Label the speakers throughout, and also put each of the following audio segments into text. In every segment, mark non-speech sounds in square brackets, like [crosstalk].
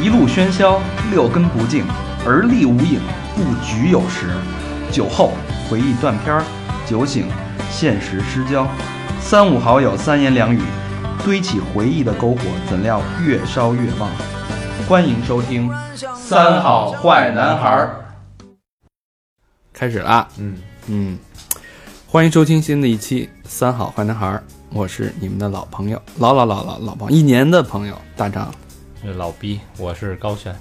Speaker 1: 一路喧嚣，六根不净，而立无影，不局有时。酒后回忆断片儿，酒醒现实失焦。三五好友三言两语，堆起回忆的篝火，怎料越烧越旺。欢迎收听《三好坏男孩儿》。
Speaker 2: 开始啦，
Speaker 3: 嗯
Speaker 2: 嗯，欢迎收听新的一期《三好坏男孩》，儿》，我是你们的老朋友，老老老老老朋友，一年的朋友大张。
Speaker 4: 嗯老逼，我是高轩。，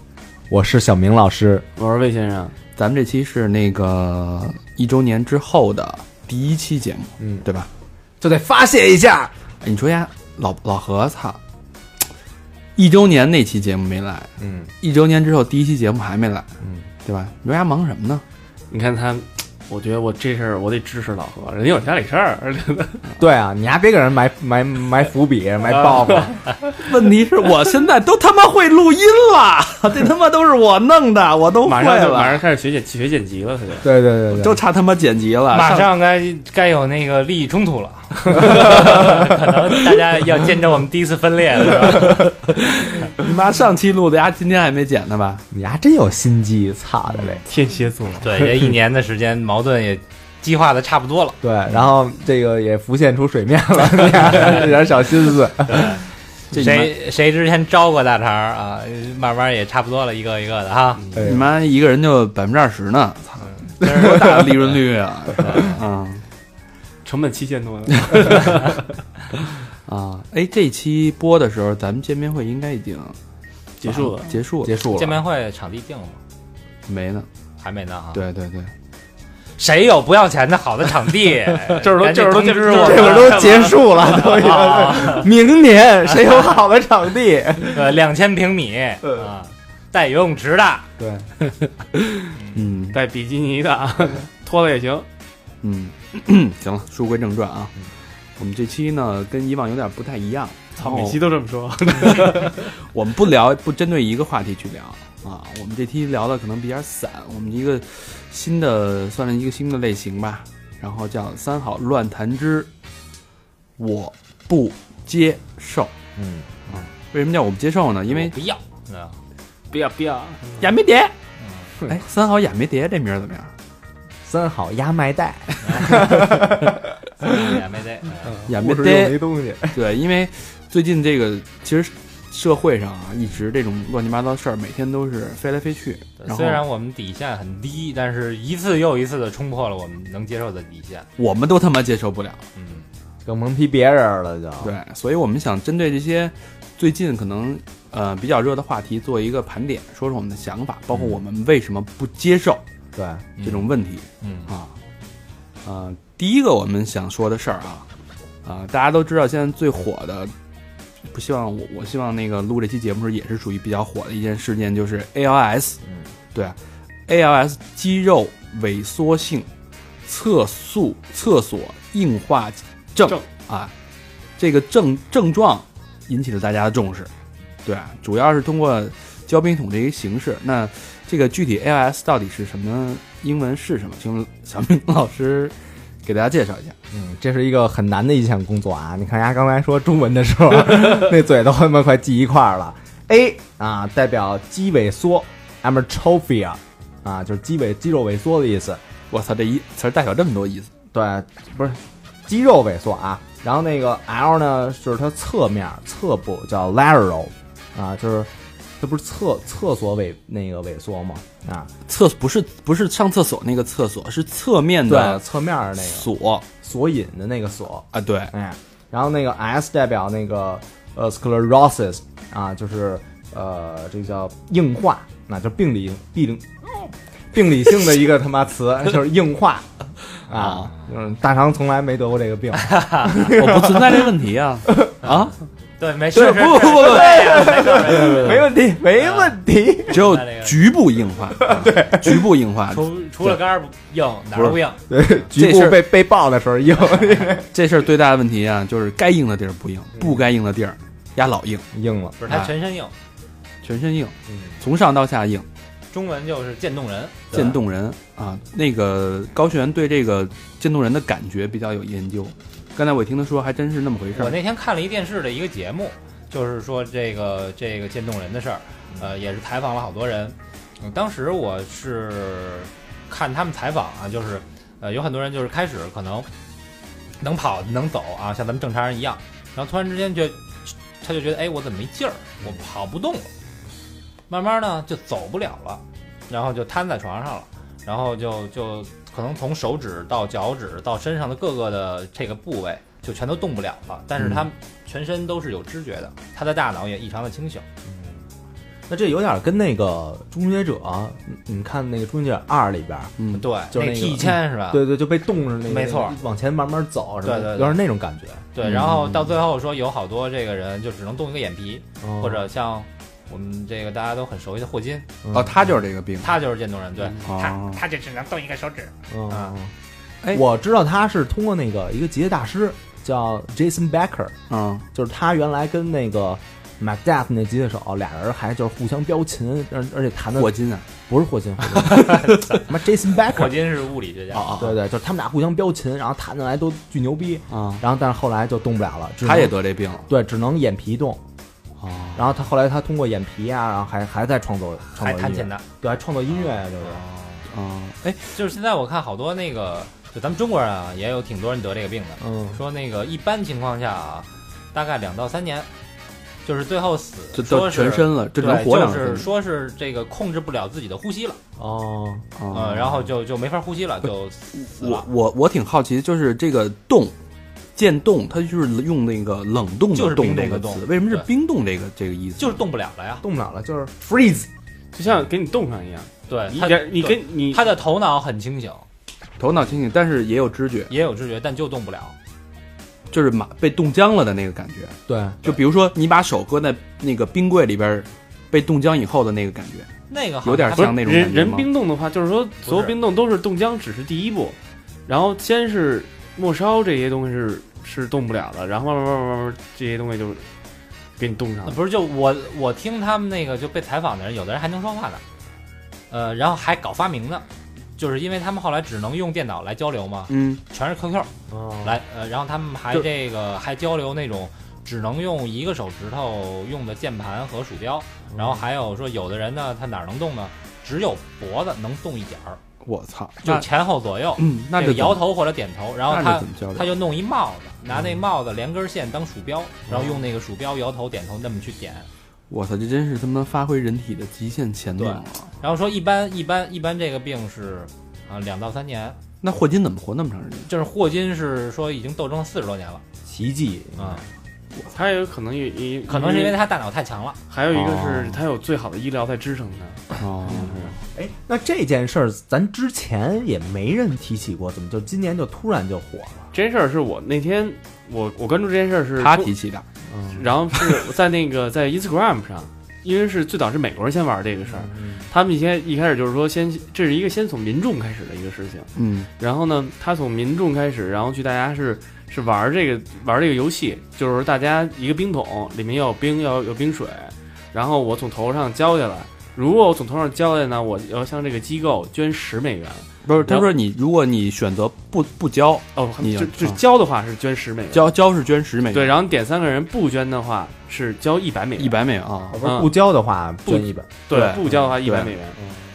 Speaker 3: 我是小明老师。
Speaker 5: 我是魏先生，
Speaker 2: 咱们这期是那个一周年之后的第一期节目，
Speaker 3: 嗯
Speaker 2: 对吧？
Speaker 3: 就得发泄一下。
Speaker 2: 哎你说呀，老老何，操，一周年那期节目没来，
Speaker 3: 嗯，
Speaker 2: 一周年之后第一期节目还没来，
Speaker 3: 嗯，
Speaker 2: 对吧？你说丫忙什么呢？
Speaker 5: 你看他，我觉得我这事儿我得支持老何，人家有家里事儿， [laughs]
Speaker 3: 对啊，你还别给人埋埋埋伏 [laughs] 笔，埋报复。
Speaker 2: 问题是我现在都他妈会录音了， [laughs] 这他妈都是我弄的，我都
Speaker 5: 马上就马上开始学剪学剪辑了，他就
Speaker 3: 对对对
Speaker 2: 就
Speaker 3: 对，
Speaker 2: 差他妈剪辑了，
Speaker 4: 马上该该有那个利益冲突了，可能大家要见证我们第一次分裂了，是吧？
Speaker 2: 你妈上期录的呀，今天还没剪呢吧？
Speaker 3: 你还真有心机，操的嘞。
Speaker 5: 天蝎座，
Speaker 4: [laughs] 对，这一年的时间，矛盾也激化的差不多了。
Speaker 3: 对，然后这个也浮现出水面 [laughs] 了，你还有点小心 [laughs] 思。
Speaker 2: 这你
Speaker 4: 谁谁之前招过大肠儿啊？慢慢也差不多了，一个一个的哈。
Speaker 2: 妈
Speaker 3: 对
Speaker 2: 你妈一个人就百分之二十
Speaker 4: [laughs]
Speaker 2: 呢，操，多
Speaker 5: 嗯
Speaker 2: 大的利润率啊！嗯
Speaker 5: 成本期限多了，
Speaker 2: [laughs] 啊，哎，这期播的时候，咱们见面会应该已经
Speaker 5: [laughs]
Speaker 2: 啊
Speaker 5: 结束了。
Speaker 2: 结束了，
Speaker 3: 结束
Speaker 4: 见
Speaker 3: 了，
Speaker 4: 面会场地定了吗？
Speaker 2: 没呢？
Speaker 4: 还没呢啊。，
Speaker 2: 对对对，
Speaker 4: 谁有不要钱的好的场
Speaker 5: [laughs]
Speaker 4: 地？
Speaker 5: 这会
Speaker 4: 赶
Speaker 5: 儿都
Speaker 4: 紧
Speaker 5: 这会儿都
Speaker 4: 通知
Speaker 5: 这
Speaker 4: 我
Speaker 3: 这
Speaker 4: 们。
Speaker 3: 会儿都结束了， [laughs] 都已经。明年谁有好的场 [laughs] 地？
Speaker 4: 呃，两千平米
Speaker 3: 嗯
Speaker 4: 啊，带游泳池的，
Speaker 3: 对，
Speaker 2: 嗯
Speaker 5: 带比基尼的 [laughs] 啊，脱了也行。
Speaker 4: 哦
Speaker 2: 嗯， [clears throat] 行了，书归正传啊，
Speaker 5: 嗯
Speaker 2: 我们这期呢跟以往有点不太一样，
Speaker 5: 操，
Speaker 2: 然后
Speaker 5: 每期都这么说。
Speaker 2: 我们不聊，不针对一个话题去聊啊。我们这期聊的可能比较散，我们一个新的算是一个新的类型吧，然后叫“三好乱谈之”，我不接受。
Speaker 3: 嗯，
Speaker 2: 为什么叫我不接受呢？因
Speaker 4: 我
Speaker 2: 为
Speaker 4: 不要。啊
Speaker 5: 不要不要，
Speaker 2: 雅梅蝶，
Speaker 4: 嗯
Speaker 2: 哎，三好雅梅蝶这
Speaker 4: [laughs]
Speaker 2: 名儿怎么样？
Speaker 3: 三好压麦袋，
Speaker 4: 嗯也没得。
Speaker 5: 嗯
Speaker 4: 呃
Speaker 2: 雅梅
Speaker 3: 不是又
Speaker 2: 蝶
Speaker 3: 没，东西。
Speaker 2: 对，因为最近这个其实社会上啊，一直这种乱七八糟事儿，每天都是飞来飞去。然后
Speaker 4: 虽然我们底线很低，但是一次又一次的冲破了我们能接受的底线。
Speaker 2: 我们都他妈接受不了。
Speaker 4: 嗯，
Speaker 3: [laughs] 就蒙批别人了，就
Speaker 2: 对，所以我们想针对这些最近可能呃比较热的话题做一个盘点，说说我们的想法，包括我们为什么不接受
Speaker 3: 对，
Speaker 2: 这种问题、
Speaker 4: 嗯，
Speaker 2: 啊。呃，第一个我们想说的事儿啊，啊、大家都知道现在最火的，不希望我我希望那个录这期节目时也是属于比较火的一件事件，就是 ALS，
Speaker 3: 嗯
Speaker 2: 对，ALS 肌肉萎缩性侧素厕所硬化症
Speaker 5: 症
Speaker 2: 啊，这个症症状引起了大家的重视，对，主要是通过交冰桶这一形式。那这个具体 ALS 到底是什么？英文是什么？请小明老师给大家介绍一下。
Speaker 3: 嗯，这是一个很难的一项工作啊！你看人家刚才说中文的时候，那嘴都他妈快记一块儿了。A 啊，代表肌萎缩 a m y t r o p h i a 啊，就是肌萎肌肉萎缩的意思。
Speaker 2: 我操，这一词儿代表这么多意思。
Speaker 3: 对，不是肌肉萎缩啊。然后那个 L 呢，就是它侧面侧部叫 lateral 啊，就是这不是厕厕所萎那个萎缩吗？啊，
Speaker 2: 厕不是不是上厕所那个厕所，是侧面
Speaker 3: 对，
Speaker 2: 的
Speaker 3: 侧面儿那个
Speaker 2: 锁
Speaker 3: 索引的那个锁。
Speaker 2: 啊，对，
Speaker 3: 哎，然后那个 S 代表那个呃 sclerosis 啊，就是呃这个叫硬化，那就病理病病理性的一个他妈 [laughs] 词，就是硬化啊。嗯，大肠从来没得过这个 [laughs] 病，
Speaker 2: 我不存在这问题 [laughs] 啊啊，
Speaker 4: 对，没
Speaker 2: 对
Speaker 4: 事，
Speaker 2: 不不不不
Speaker 3: 没问题，没问题。
Speaker 2: 只 [laughs] 有局部硬化， [laughs] 对，局部硬化，
Speaker 4: 除除了肝儿不硬，哪儿不硬？
Speaker 3: 对，
Speaker 2: 这
Speaker 3: 局
Speaker 2: 事
Speaker 3: 部
Speaker 2: 儿
Speaker 3: 被被爆的时候 [laughs] 硬，
Speaker 2: 这事儿最大的问题啊，就是该硬的地儿不硬，不该硬的地儿压老硬，
Speaker 3: 硬了。
Speaker 4: 不是，
Speaker 5: 啊
Speaker 4: 它全身硬。
Speaker 2: 全身硬，
Speaker 3: 嗯
Speaker 2: 从上到下硬，
Speaker 4: 中文就是渐冻人，对
Speaker 2: 渐。冻人啊。那个高璇对这个渐冻人的感觉比较有研究，刚才我一听他说，还真是那么回事
Speaker 4: 我
Speaker 2: 儿。
Speaker 4: 那天看了一电视的一个节目，就是说这个这个渐冻人的事儿。呃，也是采访了好多人。嗯当时我是看他们采访啊，就是呃，有很多人就是开始可能能跑能走啊，像咱们正常人一样，然后突然之间就他就觉得，哎，我怎么没劲儿，我跑不动了，慢慢呢就走不了了，然后就瘫在床上了，然后就就可能从手指到脚趾到身上的各个的这个部位就全都动不了了，但是他全身都是有知觉的，他的大脑也异常的清醒。
Speaker 3: 那这有点跟那个《终结者》，你你看那个《终结者二》里边，
Speaker 2: 嗯，
Speaker 4: 对，
Speaker 3: 就是
Speaker 4: 那
Speaker 3: 那个
Speaker 4: 替铅是吧？
Speaker 3: 对对，就被冻着那个，嗯
Speaker 4: 没错，
Speaker 3: 往前慢慢走，是吧？
Speaker 4: 对对对
Speaker 3: 有点那种感觉。
Speaker 4: 对然后到最后说有好多这个人就只能动一个眼皮，
Speaker 3: 嗯
Speaker 4: 或者像我们这个大家都很熟悉的霍金，
Speaker 3: 嗯
Speaker 2: 哦，他就是这个病，
Speaker 4: 他就是渐冻人，对、
Speaker 2: 哦
Speaker 4: 他他就只能动一个手指。
Speaker 3: 嗯
Speaker 4: 啊
Speaker 2: 哎
Speaker 3: 我知道他是通过那个一个吉他大师叫 Jason Becker，
Speaker 2: 嗯，
Speaker 3: 就是他原来跟那个 Macbeth 那吉他手俩人还就是互相飙琴，而而且弹的
Speaker 2: 霍金啊，
Speaker 3: 不是霍金，霍金他妈 Jason
Speaker 4: 霍
Speaker 3: Becker，
Speaker 4: 金哦是物理学家，
Speaker 2: 啊
Speaker 3: 对对，就是他们俩互相飙琴，然后弹的来都巨牛逼，
Speaker 2: 啊，
Speaker 3: 然后但是后来就动不了了，只能
Speaker 2: 他也得这
Speaker 4: 啊
Speaker 2: 病了
Speaker 3: 对，只能眼皮动。
Speaker 2: 啊，
Speaker 3: 然后他后来他通过眼皮啊，然后还还在创作，创
Speaker 4: 还
Speaker 3: 作
Speaker 4: 弹
Speaker 3: 音乐
Speaker 4: 琴呢。
Speaker 3: 对，还创作音乐呀，就是
Speaker 2: 啊，哎，
Speaker 4: 就是现在我看好多那个，就咱们中国人啊，也有挺多人得这个病的。
Speaker 3: 嗯，
Speaker 4: 说那个一般情况下啊，大概两到三年，就是最后死，
Speaker 2: 这
Speaker 4: 说
Speaker 2: 到
Speaker 4: 是
Speaker 2: 全身了，这
Speaker 4: 对，
Speaker 2: 能活两
Speaker 4: 就是
Speaker 2: 天
Speaker 4: 说是这个控制不了自己的呼吸了，
Speaker 3: 哦，
Speaker 2: 啊
Speaker 4: 呃，。然后就就没法呼吸了，就死
Speaker 2: 我
Speaker 4: 了。
Speaker 2: 我我挺好奇，就是这个冻，渐冻，它就是用那个冷冻
Speaker 4: 就
Speaker 2: 的
Speaker 4: 是
Speaker 2: 冻
Speaker 4: 冰冻
Speaker 2: 这个
Speaker 4: 的冻
Speaker 2: 词，为什么是
Speaker 4: 对
Speaker 2: 冰冻这个这个意思？
Speaker 4: 就是动不了了呀，
Speaker 3: 动不了了，就是 freeze。
Speaker 5: 就像给你冻上一样，
Speaker 4: 对，
Speaker 5: 你
Speaker 4: 他
Speaker 5: 点你
Speaker 4: 对
Speaker 5: 跟你
Speaker 4: 他的头脑很清醒，
Speaker 2: 头脑清醒，但是也有知觉，
Speaker 4: 也有知觉，但就动不了。
Speaker 2: 就是马被冻僵了的那个感觉。
Speaker 3: 对，
Speaker 2: 就比如说你把手搁在那个冰柜里边儿，被冻僵以后的那个感觉。
Speaker 4: 那个好
Speaker 2: 有点
Speaker 4: 他
Speaker 5: 不
Speaker 2: 像那
Speaker 5: 是
Speaker 2: 种
Speaker 5: 人
Speaker 2: 感觉吗
Speaker 5: 人冰冻的话，就是说所有冰冻都是冻僵，只是第一步，然后先是末梢这些东西是是冻不了的，然后慢慢慢慢慢慢这些东西就给你冻上
Speaker 4: 那
Speaker 5: 了。
Speaker 4: 不是就我我听他们那个就被采访的人，有的人还能说话呢，呃，然后还搞发明呢，就是因为他们后来只能用电脑来交流嘛，
Speaker 2: 嗯，
Speaker 4: 全是 QQ
Speaker 3: 哦，
Speaker 4: 来，呃，然后他们还
Speaker 5: 就
Speaker 4: 这个还交流那种只能用一个手指头用的键盘和鼠标，
Speaker 2: 嗯
Speaker 4: 然后还有说有的人呢，他哪儿能动呢？只有脖子能动一点儿，
Speaker 2: 我操，
Speaker 4: 就
Speaker 2: 那
Speaker 4: 前后左右，
Speaker 2: 嗯，那就
Speaker 4: 这个
Speaker 2: 怎么
Speaker 4: 摇，头或者点头，然后
Speaker 2: 那
Speaker 4: 他
Speaker 2: 就怎么嗯交流？
Speaker 4: 他就弄一帽子，拿那帽子连根线当鼠标，
Speaker 2: 嗯
Speaker 4: 然后用那个鼠标摇头点头那么去点。
Speaker 2: 我操，这真是他妈发挥人体的极限潜能啊！
Speaker 4: 然后说一般一般一般这个病是啊两到三年，
Speaker 2: 那霍金怎么活那么长时间？
Speaker 4: 就是霍金是说已经斗争四十多年了
Speaker 3: 奇迹
Speaker 4: 啊，
Speaker 2: 嗯
Speaker 5: 他也有可能也也
Speaker 4: 可能是因为他大脑太强了，
Speaker 5: 还有一个
Speaker 2: 哦
Speaker 5: 是他有最好的医疗在支撑他，
Speaker 2: 哦，
Speaker 3: 哎，那这件事儿咱之前也没人提起过，怎么就今年就突然就火了？
Speaker 5: 这件事儿是我那天我我关注这件事儿是
Speaker 2: 他提起的，
Speaker 3: 嗯，
Speaker 5: 然后是在那个在 Instagram 上，因为是最早是美国人先玩这个事儿，他们一些一开始就是说先这是一个先从民众开始的一个事情，
Speaker 2: 嗯
Speaker 5: 然后呢，他从民众开始，然后去大家是是玩这个玩这个游戏，就是大家一个冰桶里面要有冰要有冰水，然后我从头上浇下来，如果我从头上浇下来呢，我要向这个机构捐十美元，
Speaker 2: 不是，他说你如果你选择不不交，
Speaker 5: 哦，
Speaker 2: 你
Speaker 5: 就就
Speaker 2: 啊
Speaker 5: 浇的话是捐十美元，
Speaker 2: 交交是捐十美元，
Speaker 5: 对，然后你点三个人不捐的话是交一百美元，
Speaker 2: 一百美元啊，
Speaker 3: 不是不交的话捐一本，
Speaker 5: 对，
Speaker 2: 对
Speaker 5: 不交的话
Speaker 2: 嗯
Speaker 5: 一百美元。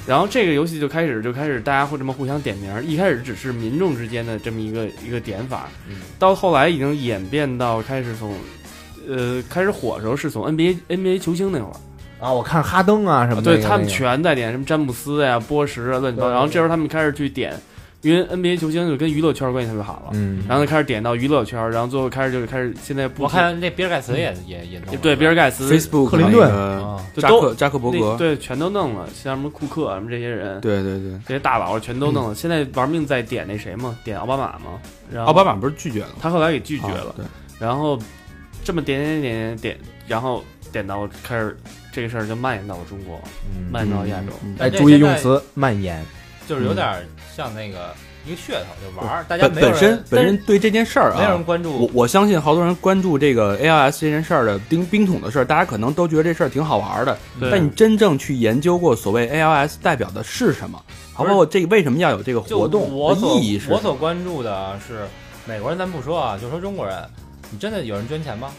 Speaker 5: 然后这个游戏就开始就开始大家会这么互相点名儿，一开始只是民众之间的这么一个一个点法，
Speaker 3: 嗯
Speaker 5: 到后来已经演变到开始从，呃，开始火的时候是从 NBA NBA 球星那会儿，
Speaker 3: 啊，我看哈登啊什么的，
Speaker 5: 对
Speaker 3: 那个
Speaker 5: 他们
Speaker 3: 那个
Speaker 5: 全在点什么詹姆斯呀、波什啊乱七八糟，
Speaker 3: 对
Speaker 5: 然后这时候他们开始去点，因为 NBA 球星就跟娱乐圈关系特别好了，
Speaker 3: 嗯，
Speaker 5: 然后就开始点到娱乐圈，然后最后开始就开始现在不
Speaker 4: 我看这比尔盖
Speaker 2: 嗯
Speaker 4: 茨也也也弄了
Speaker 5: 对比尔盖茨
Speaker 2: Facebook
Speaker 3: 克林顿
Speaker 2: 那个
Speaker 4: 啊，
Speaker 5: 就
Speaker 2: 扎
Speaker 5: 都
Speaker 2: 克扎克伯
Speaker 5: 那哦
Speaker 2: 格，
Speaker 5: 对全都弄了，像什么库克啊什么这些人，
Speaker 2: 对对对，
Speaker 5: 这些大佬全都弄了，现在玩命在点那谁嘛，点奥巴马嘛，然
Speaker 2: 嗯
Speaker 5: 后
Speaker 2: 奥巴马啊不是拒绝了吗？
Speaker 5: 他后来给拒
Speaker 2: 拒
Speaker 5: 绝了，
Speaker 2: 对，
Speaker 5: 然后这么点点点点点，然后点到开始这个事儿就蔓延到了中国，
Speaker 3: 嗯
Speaker 5: 蔓延到亚洲，
Speaker 2: 嗯，嗯嗯
Speaker 3: 哎，注意用词蔓延，
Speaker 4: 就是有点像那个一个噱头，就玩儿，大家
Speaker 2: 本
Speaker 4: 没有
Speaker 2: 本身
Speaker 4: 人
Speaker 2: 本身对这件事儿啊，
Speaker 4: 没有人关
Speaker 2: 我
Speaker 4: 注，
Speaker 2: 我相信好多人关注这个 ALS 这件事儿的冰冰桶的事儿，大家可能都觉得这事儿挺好玩儿的，
Speaker 5: 对
Speaker 2: 嗯但你真正去研究过所谓 ALS 代表的是什么，好包括这个为什么要有这个
Speaker 4: 就
Speaker 2: 活动
Speaker 4: 我
Speaker 2: 的
Speaker 4: 所
Speaker 2: 意义是
Speaker 4: 我
Speaker 2: 什么？
Speaker 4: 所关注的是美国人，咱不说啊，就说中国人，你真的有人捐钱吗？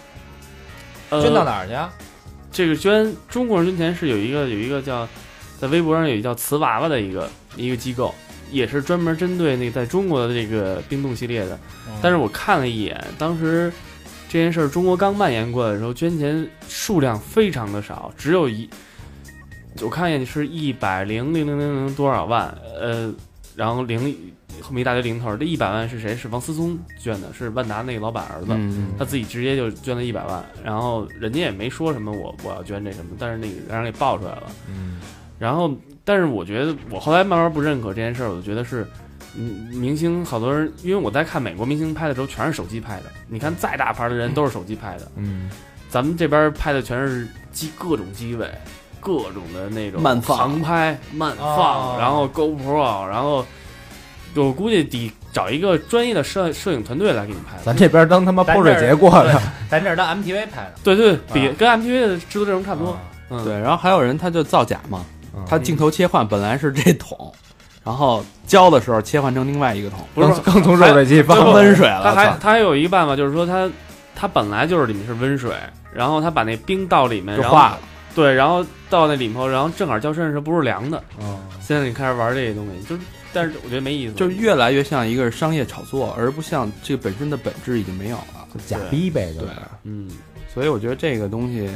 Speaker 5: 呃
Speaker 4: 捐到？哪儿去啊？
Speaker 5: 这个捐中国人捐钱是有一个有一个叫在微博上有一个叫瓷娃娃的一个一个机构，也是专门针对那个在中国的这个冰冻系列的。
Speaker 4: 嗯
Speaker 5: 但是我看了一眼，当时这件事儿中国刚蔓延过来的时候，捐钱数量非常的少，只有一，我看一眼是一百零零零零零多少万，呃，然后零后面一大堆零头儿，这一百万是谁？是王思聪捐的，是万达那个老板儿子。
Speaker 2: 嗯，
Speaker 5: 他自己直接就捐了一百万，然后人家也没说什么我我要捐这什么，但是那个让人给爆出来了。
Speaker 3: 嗯，
Speaker 5: 然后，但是我觉得我后来慢慢不认可这件事儿，我就觉得是，嗯，明星好多人，因为我在看美国明星拍的时候全是手机拍的，你看再大牌的人都是手机拍的，
Speaker 3: 嗯，
Speaker 5: 咱们这边拍的全是机各种机位，各种的那种
Speaker 2: 慢放
Speaker 5: 航拍、慢放，
Speaker 4: 哦
Speaker 5: 然后 GoPro，然后我估计得找一个专业的摄摄影团队来给你拍。
Speaker 3: 咱这边当他妈
Speaker 4: 咱
Speaker 3: 泼水
Speaker 4: 这儿
Speaker 3: 节过的，
Speaker 4: 咱这儿当 MTV 拍的，
Speaker 5: 对对，比
Speaker 4: 啊
Speaker 5: 跟 MTV 的制作阵容差不多。
Speaker 4: 啊
Speaker 5: 嗯，
Speaker 2: 对，然后还有人他就造假嘛，
Speaker 3: 嗯
Speaker 2: 他镜头切换本来是这桶，然后浇的时候切换成另外一个桶，
Speaker 5: 不是
Speaker 3: 刚刚从热水器放
Speaker 5: 还
Speaker 2: 当
Speaker 5: 有
Speaker 2: 温水
Speaker 5: [laughs] 他
Speaker 2: 了，
Speaker 5: 还他还有一个办法，就是说他他本来就是里面是温水，然后他把那冰倒里面
Speaker 2: 就化了。
Speaker 5: 然后对，然后倒那里头，然后正好浇身上时候不是凉的。
Speaker 4: 嗯
Speaker 5: 现在你开始玩这些东西，就是但是我觉得没意思，
Speaker 2: 就越来越像一个商业炒作，而不像这个本身的本质已经没有了。
Speaker 3: 假逼呗，就
Speaker 2: 对
Speaker 3: 是，
Speaker 5: 嗯
Speaker 2: 所以我觉得这个东西，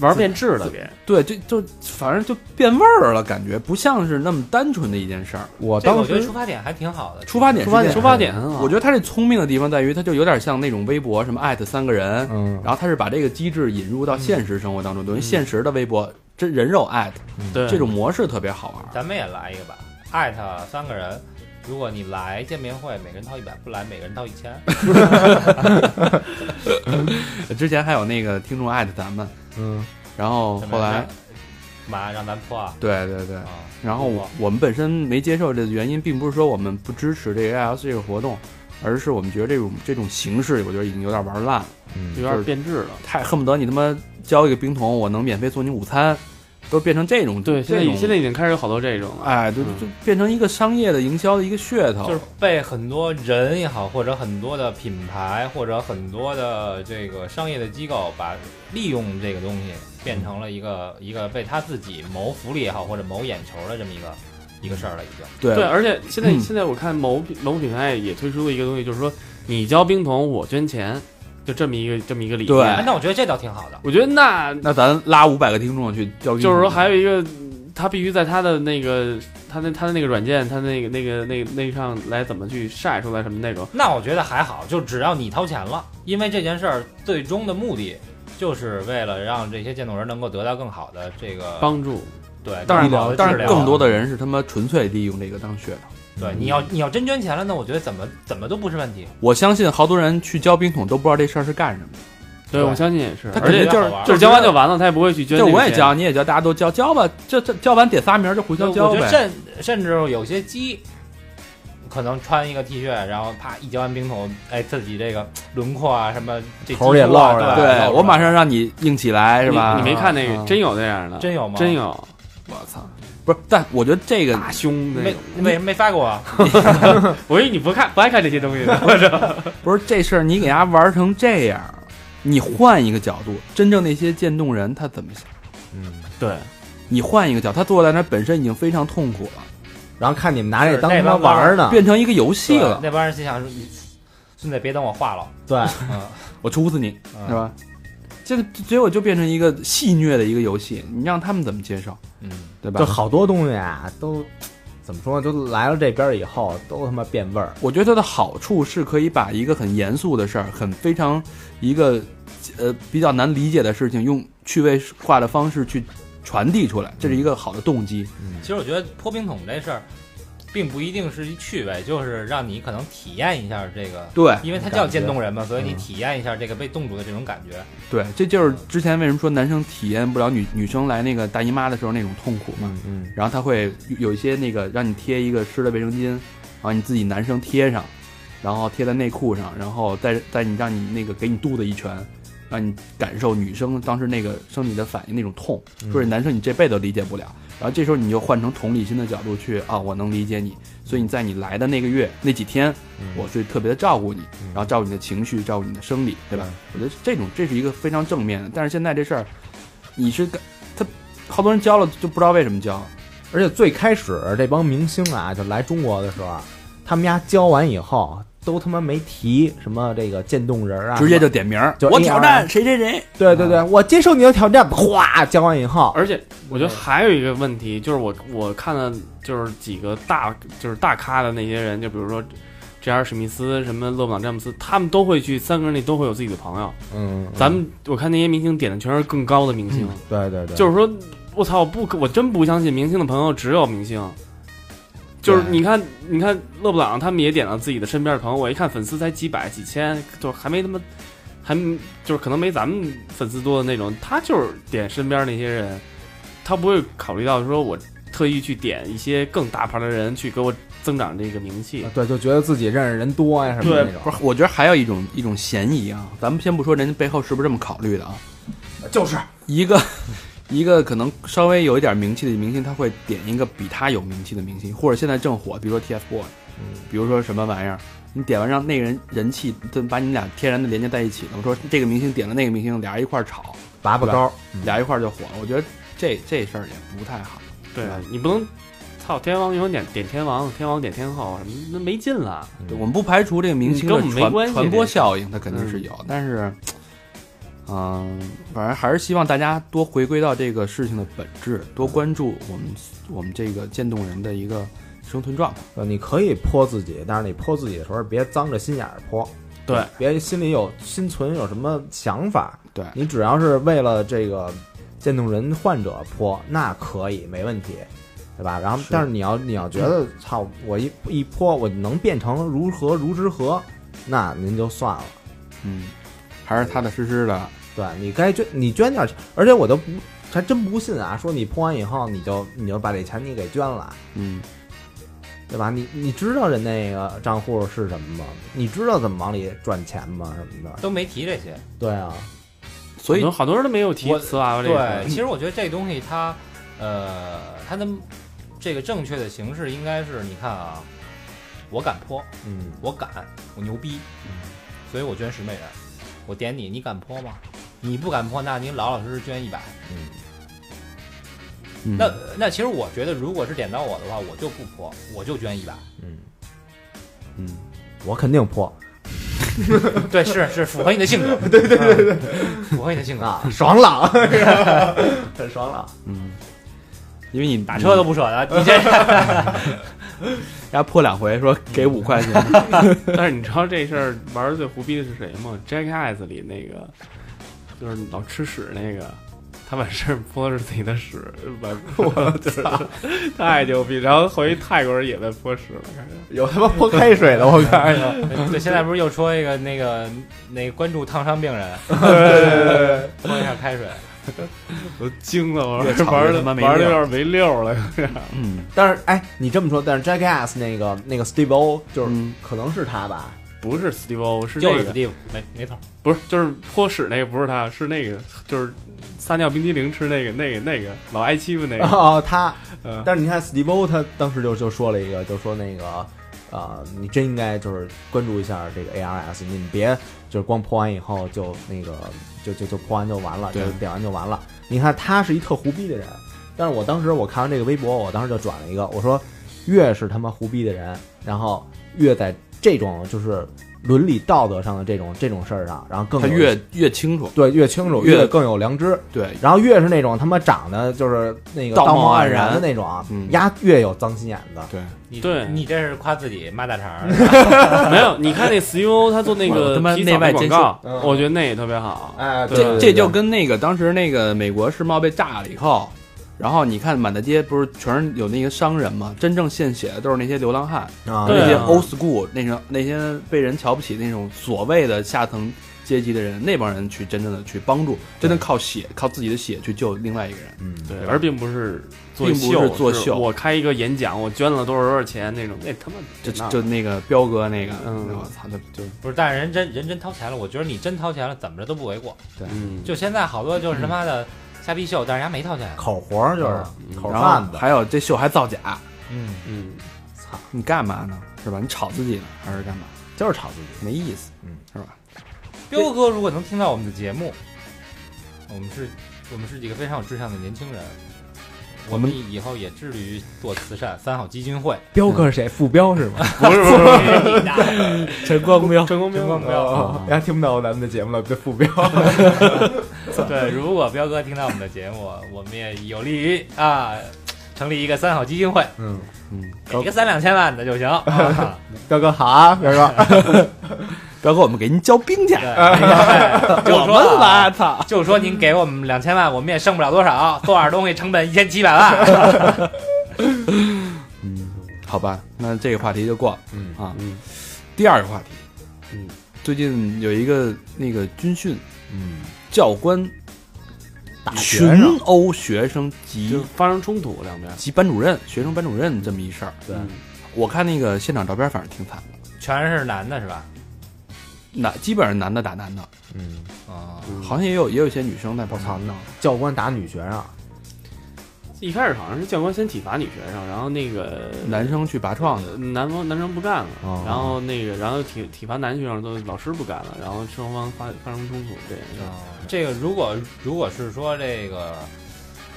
Speaker 5: 玩变质了给。
Speaker 2: 对，就就反正就变味儿了，感觉不像是那么单纯的一件事儿。
Speaker 3: 我
Speaker 4: 这个
Speaker 3: 当
Speaker 4: 我觉得
Speaker 3: 时
Speaker 4: 出发点还挺好的，
Speaker 2: 出发点是这样
Speaker 5: 出发点很好，
Speaker 2: 我觉得他这聪明的地方在于，他就有点像那种微博什么艾特三个人，
Speaker 3: 嗯，
Speaker 2: 然后他是把这个机制引入到现实生活当中，等于现实的微博这人肉艾特
Speaker 5: 对
Speaker 2: 这种模式特别好玩。
Speaker 4: 咱们也来一个吧，艾特三个人，如果你来见面会，每人掏一百；不来，每人掏一千。
Speaker 2: 之前还有那个听众艾特咱们，
Speaker 3: 嗯，
Speaker 2: 然后后来
Speaker 4: 妈让咱破啊！
Speaker 2: 对对对，然后我我们本身没接受这个原因，并不是说我们不支持这个 ALS 这个活动，而是我们觉得这种这种形式，我觉得已经有点玩烂了，
Speaker 4: 嗯
Speaker 3: 嗯
Speaker 5: 有点变质了。
Speaker 2: 太恨不得你他妈交一个冰桶，我能免费送你午餐，都变成这种
Speaker 5: 对，现
Speaker 2: 这种
Speaker 5: 在现在已经开始有好嗯多这种了。
Speaker 2: 哎，就就变成一个商业的营销的一个噱头，
Speaker 4: 就是被很多人也好，或者很多的品牌，或者很多的这个商业的机构，把利用这个东西变成了一个一个为他自己谋福利也好，或者谋眼球的这么一个一个事儿了，已经。
Speaker 2: 对
Speaker 5: 对，而且现在
Speaker 2: 嗯
Speaker 5: 现在我看某品某品牌也推出了一个东西，就是说你交冰桶，我捐钱，就这么一个这么一个理
Speaker 2: 对
Speaker 5: 念
Speaker 4: 哎，。那我觉得这倒挺好的。
Speaker 5: 我觉得那
Speaker 2: 那咱拉五百个听众去交，
Speaker 5: 就是说还有一个，他必须在他的那个他那他的那个软件，他那个那个那个那个上来怎么去晒出来什么那种。
Speaker 2: 呃
Speaker 4: 那我觉得还好，就只要你掏钱了，因为这件事儿最终的目的就是为了让这些渐冻人能够得到更好的这个
Speaker 5: 帮助，
Speaker 4: 对，
Speaker 2: 当然
Speaker 4: 更好的
Speaker 2: 当
Speaker 4: 治
Speaker 2: 然
Speaker 4: 疗
Speaker 2: 更多的人是他妈纯粹利用这个当噱头。
Speaker 4: 对，你要你要真捐钱了，那我觉得怎么怎么都不是问题。
Speaker 2: 我相信好多人去交冰桶都不知道这事儿是干什么的，
Speaker 5: 对
Speaker 4: 对
Speaker 5: 我相信也是，
Speaker 2: 他
Speaker 5: 而
Speaker 2: 肯定
Speaker 5: 且
Speaker 2: 就是
Speaker 4: 而且
Speaker 5: 就是交完就完了，他也不会去捐。
Speaker 2: 就我也交，，你也交，大家都交，交吧，这这交完点仨名儿就互相
Speaker 4: 我
Speaker 2: 交
Speaker 4: 觉得
Speaker 2: 呗。
Speaker 4: 甚甚至有些鸡，可能穿一个 T 恤，然后啪一浇完冰桶，哎，自己这个轮廓啊什么这
Speaker 3: 头儿也
Speaker 4: 肌肤啊
Speaker 3: 露着
Speaker 4: 对吧
Speaker 3: 对
Speaker 4: 露
Speaker 2: 对
Speaker 4: 着
Speaker 2: 我马上让你硬起来是
Speaker 5: 你
Speaker 2: 吧？
Speaker 5: 你没看那个
Speaker 2: 啊
Speaker 5: 真有那样的，
Speaker 4: 真有吗？
Speaker 5: 真，有
Speaker 2: 我操，不是，但我觉得这个
Speaker 5: 大胸那
Speaker 4: 没
Speaker 5: 种。
Speaker 4: 为什么没发给啊我？
Speaker 5: 我以为你不看不爱看这些东西的，
Speaker 2: 不是这事儿，你给他玩成这样，你换一个角度，真正那些渐冻人他怎么想？
Speaker 3: 嗯，
Speaker 5: 对，
Speaker 2: 你换一个角，他坐在那儿本身已经非常痛苦了，
Speaker 3: 然后看你们拿这当
Speaker 4: 是
Speaker 3: 他
Speaker 4: 那
Speaker 3: 妈
Speaker 4: 帮
Speaker 3: 玩儿呢，
Speaker 2: 变成一个游戏了。
Speaker 4: 那帮人心想说，你孙子别等我化了， [laughs]
Speaker 3: 对，
Speaker 4: 嗯，
Speaker 2: 我处死你，
Speaker 4: 嗯
Speaker 2: 是？吧？这个结果就变成一个戏谑的一个游戏，你让他们怎么接受，
Speaker 4: 嗯，
Speaker 2: 对
Speaker 3: 就
Speaker 2: 吧？
Speaker 3: 好多东西啊，都怎么说呢？就来了这边以后，都他妈变味儿。
Speaker 2: 我觉得它的好处是可以把一个很严肃的事儿，很非常一个呃比较难理解的事情，用趣味化的方式去传递出来，这是一个好的动机。
Speaker 4: 其实我觉得泼冰桶这事儿，并不一定是一趣味，就是让你可能体验一下这个。
Speaker 2: 对
Speaker 4: 因为它叫渐冻人嘛，所
Speaker 2: 嗯
Speaker 4: 以你体验一下这个被冻住的这种感觉。
Speaker 2: 对，这就是之前为什么说男生体验不了女女生来那个大姨妈的时候那种痛苦嘛。
Speaker 3: 嗯，
Speaker 2: 然后他会有一些那个让你贴一个湿的卫生巾，然后你自己男生贴上，然后贴在内裤上，然后再再你让你那个给你肚子一拳，让你感受女生当时那个生理的反应那种痛，
Speaker 3: 嗯
Speaker 2: 说是男生你这辈子都理解不了。然后这时候你就换成同理心的角度去啊，我能理解你，所以你在你来的那个月那几天，我是特别的照顾你，然后照顾你的情绪，照顾你的生理，对吧？我觉得这种这是一个非常正面的，但是现在这事儿，你是干他好多人教了就不知道为什么教，
Speaker 3: 而且最开始这帮明星啊，就来中国的时候，啊他们家教完以后，都他妈没提什么这个渐冻人啊，
Speaker 2: 直接就点名儿，
Speaker 3: 就
Speaker 2: 我
Speaker 3: AR
Speaker 2: 挑战谁谁谁，
Speaker 3: 对对对，我接受你的挑战，哗，教完以后，
Speaker 5: 而且我觉得还有一个问题，就是我我看了就是几个大就是大咖的那些人，就比如说 J.R. 史密斯、什么勒布朗詹姆斯，他们都会去三个人里都会有自己的朋友。
Speaker 3: 嗯，
Speaker 5: 咱们我看那些明星点的全是更高的明星，
Speaker 3: 对对对，
Speaker 5: 就是说，我操，我不可，我真不相信明星的朋友只有明星。就是
Speaker 3: 对
Speaker 5: 你看，你看勒布朗他们也点了自己的身边的朋友，我一看粉丝才几百几千，就还没他妈，还就是可能没咱们粉丝多的那种。他就是点身边那些人，他不会考虑到说我特意去点一些更大牌的人去给我增长这个名气。
Speaker 3: 对，就觉得自己认识人多呀什么的那
Speaker 2: 不
Speaker 3: 种，
Speaker 2: 是，我觉得还有一种一种嫌疑啊，咱们先不说人家背后是不是这么考虑的啊，
Speaker 3: 就是
Speaker 2: 一个一个可能稍微有一点名气的明星，他会点一个比他有名气的明星，或者现在正火，比如说 TFBOY，比如说什么玩意儿，你点完让那个人人气，就把你们俩天然的连接在一起了。我说这个明星点了那个明星，俩人一块儿炒，
Speaker 3: 拔拔高，
Speaker 2: 俩人一块儿就火了。我觉得这这事儿也不太好。
Speaker 5: 对你不能，操，天王永远点点天王，天王点天后，什么那没劲了。
Speaker 2: 对我们不排除这个明星的
Speaker 5: 嗯跟我们没
Speaker 2: 传
Speaker 5: 关系
Speaker 2: 传播
Speaker 5: 这事
Speaker 2: 效应，它肯定是有，但是，嗯、反正还是希望大家多回归到这个事情的本质，多关注我们我们这个渐冻人的一个生存状况。
Speaker 3: 呃，你可以泼自己，但是你泼自己的时候别脏着心眼儿泼，
Speaker 5: 对，
Speaker 3: 别心里有心存有什么想法，
Speaker 2: 对
Speaker 3: 你只要是为了这个渐冻人患者泼，那可以没问题，对吧？然后，但是你要你要觉得操，我一一泼我能变成如何如之何，那您就算了。
Speaker 2: 嗯，还是踏踏实实的。
Speaker 3: 对你该捐你捐点钱，而且我都不还真不信啊，说你泼完以后你就你就把这钱你给捐了。
Speaker 2: 嗯，
Speaker 3: 对吧？你你知道人那个账户是什么吗？你知道怎么往里赚钱吗？什么的？
Speaker 4: 都没提这些。
Speaker 3: 对啊，
Speaker 2: 所以
Speaker 5: 好多好多人都没有提
Speaker 4: 我
Speaker 5: 瓷娃娃这个
Speaker 4: 对，其。实我觉得这东西它，呃，它的这个正确的形式应该是，你看啊，我敢泼，
Speaker 3: 嗯，
Speaker 4: 我敢，我牛逼，所以我捐十美元，我点你，你敢泼吗？你不敢泼，那你老老实实捐一百。
Speaker 2: 嗯
Speaker 4: 那那其实我觉得，如果是点到我的话，我就不泼，我就捐一 [laughs] 百。
Speaker 2: 嗯，
Speaker 3: 我肯定泼
Speaker 4: 对，是是符合你的性格， [laughs] 对对对对，符合你的性格。
Speaker 3: 啊， [laughs] 爽朗，很爽朗。
Speaker 2: 嗯，因为你
Speaker 4: 打车都不舍 [laughs] 得，你这
Speaker 2: 人家泼两回，说给五块钱，
Speaker 5: [laughs] 但是你知道这事儿玩的最胡逼的是谁吗？Jackass 里那个，就是老吃屎那个，他把身上泼的是自己的屎，把 [laughs] 我操，太牛逼！然后回泰国人也在泼屎了，
Speaker 3: 有他妈泼开水的，我看着。
Speaker 4: 对，现在不是又说一个那个那个关注烫伤病人， [laughs] 泼一下开水。
Speaker 5: 我惊了， [laughs] 我
Speaker 2: 越
Speaker 5: 说
Speaker 2: 操
Speaker 5: 玩
Speaker 2: 越
Speaker 5: 的
Speaker 2: 他妈没
Speaker 5: 玩的
Speaker 2: 溜
Speaker 5: 有
Speaker 2: 儿
Speaker 5: 点没溜了。
Speaker 2: 嗯，
Speaker 3: 但是哎，你这么说，但是 Jackass 那个那个 Steve O 就是、
Speaker 2: 嗯
Speaker 3: 可能是他吧？
Speaker 5: 不是 Steve O，是
Speaker 4: 就
Speaker 5: 那
Speaker 4: 是
Speaker 5: 个，
Speaker 4: Steve，没没错，
Speaker 5: 不是就是泼屎那个，不是他，是那个，就是撒尿冰激凌吃那个，那个那个老挨欺负那个，
Speaker 3: 哦，他。
Speaker 5: 嗯，
Speaker 3: 但是你看 Steve O 他当时就就说了一个，就说那个啊、呃你真应该就是关注一下这个 ARS，你别就是光泼完以后就那个就就就泼完就完了，就
Speaker 2: 对
Speaker 3: 点完就完了。你看他是一特胡逼的人，但是我当时我看完这个微博，我当时就转了一个，我说越是他妈胡逼的人，然后越在这种就是伦理道德上的这种这种事儿上，然后更
Speaker 2: 他
Speaker 3: 有
Speaker 2: 越越清楚。
Speaker 3: 对越清楚，
Speaker 2: 越
Speaker 3: 越更有良知。
Speaker 2: 对，
Speaker 3: 然后越是那种他妈长得就是那个
Speaker 2: 道貌
Speaker 3: 貌
Speaker 2: 岸
Speaker 3: 然
Speaker 2: 然
Speaker 3: 的那种啊
Speaker 2: 嗯，
Speaker 3: 丫越有脏心眼子。
Speaker 2: 对，
Speaker 4: 你
Speaker 5: 对
Speaker 4: 你这是夸自己抹大肠儿，
Speaker 5: [laughs]
Speaker 4: [laughs]
Speaker 5: 没有，你看那 CEO 他做那
Speaker 2: 我
Speaker 5: 个
Speaker 2: 他妈
Speaker 5: 洗澡
Speaker 2: 内外
Speaker 5: 的广
Speaker 2: 兼
Speaker 5: 告
Speaker 3: 修嗯，
Speaker 5: 我觉得那也特别好。
Speaker 3: 哎，
Speaker 5: 对
Speaker 2: 这这就跟那个当时那个美国世贸被炸了以后，然后你看满大街不是全是有那个商人嘛，真正献血的都是那些流浪汉，
Speaker 3: 啊，
Speaker 5: 对
Speaker 2: 那些
Speaker 5: 啊
Speaker 2: old school 那种那些被人瞧不起那种所谓的下层阶级的人，那帮人去真正的去帮助，真的靠血靠自己的血去救另外一个人。
Speaker 3: 嗯，
Speaker 5: 对，而并不是做
Speaker 2: 并不是
Speaker 5: 秀，
Speaker 2: 作秀
Speaker 5: 我开一个演讲，我捐了多少多少钱那种，那他妈
Speaker 2: 就
Speaker 5: 那
Speaker 2: 就那个彪哥那个，
Speaker 5: 嗯
Speaker 2: 我操，就就
Speaker 4: 不是，但是人真人真掏钱了，我觉得你真掏钱了，怎么着都不为过。
Speaker 5: 嗯，
Speaker 4: 就现在好多就是他妈的瞎逼秀，但是人家没掏钱。
Speaker 3: 口活儿就是
Speaker 5: 嗯
Speaker 3: 口
Speaker 2: 然
Speaker 3: 贩
Speaker 2: 后
Speaker 3: 子，
Speaker 2: 还有这秀还造假，
Speaker 4: 嗯，
Speaker 5: 嗯，
Speaker 2: 你干嘛呢？是吧？你炒自己呢，还是干嘛？
Speaker 3: 就是炒自己。
Speaker 2: 没意思，
Speaker 3: 嗯，
Speaker 2: 是吧？
Speaker 4: 彪哥如果能听到我们的节目，我们是，我们是几个非常有志向的年轻人，我们以后也致力于做慈善，三好基金会。
Speaker 3: 彪哥是谁？副彪是 [laughs] 吗？
Speaker 5: 不是不是
Speaker 2: 陈光标，
Speaker 5: 成功
Speaker 4: 真光
Speaker 5: 标，
Speaker 3: 彪，人家哦哎听不到咱们的节目了，这副彪。
Speaker 4: [laughs] 对，如果彪哥听到我们的节目，我们也有利于啊，成立一个三好基金会，
Speaker 3: 嗯，
Speaker 2: 嗯，
Speaker 4: 给个三两千万的 [laughs] 就行。啊、
Speaker 3: 彪哥好啊，彪哥。
Speaker 2: 彪哥，我们给您交兵去啊
Speaker 4: 对，， [laughs] 对就
Speaker 2: 我
Speaker 4: 说
Speaker 2: 们
Speaker 4: 啊
Speaker 2: 来，操，
Speaker 4: 就说您给我们两千万，我们也剩不了多少，做点东西成本一千七百万。
Speaker 2: 好吧，那这个话题就过了
Speaker 3: 嗯
Speaker 2: 啊。
Speaker 5: 嗯
Speaker 2: 第二个话题，
Speaker 5: 嗯，
Speaker 2: 最近有一个那个军训
Speaker 3: 嗯，
Speaker 2: 教官
Speaker 3: 打
Speaker 2: 群
Speaker 3: 嗯学生，
Speaker 2: 殴学生及
Speaker 5: 就发生冲突两边，
Speaker 2: 及班主任、学生班主任这么一事儿，
Speaker 3: 对
Speaker 5: 嗯
Speaker 2: 我看那个现场照片，反正挺惨的，
Speaker 4: [laughs] 全是男的是吧？
Speaker 2: 男基本上男的打男的，
Speaker 3: 嗯，
Speaker 4: 啊、
Speaker 5: 嗯
Speaker 2: 好像也有也有一些女生在
Speaker 3: 我
Speaker 2: 旁
Speaker 3: 操
Speaker 2: 边，
Speaker 3: 那教官打女学生，
Speaker 5: 一开始好像是教官先体罚女学生，然后那个
Speaker 3: 嗯
Speaker 2: 男生去拔创的，
Speaker 5: 呃男方男生不干了，
Speaker 3: 哦
Speaker 5: 然后那个然后体体罚男学生都老师不干了，然后双方发发生冲突，这也
Speaker 2: 哦
Speaker 5: 是
Speaker 4: 哦这个如果如果是说这个，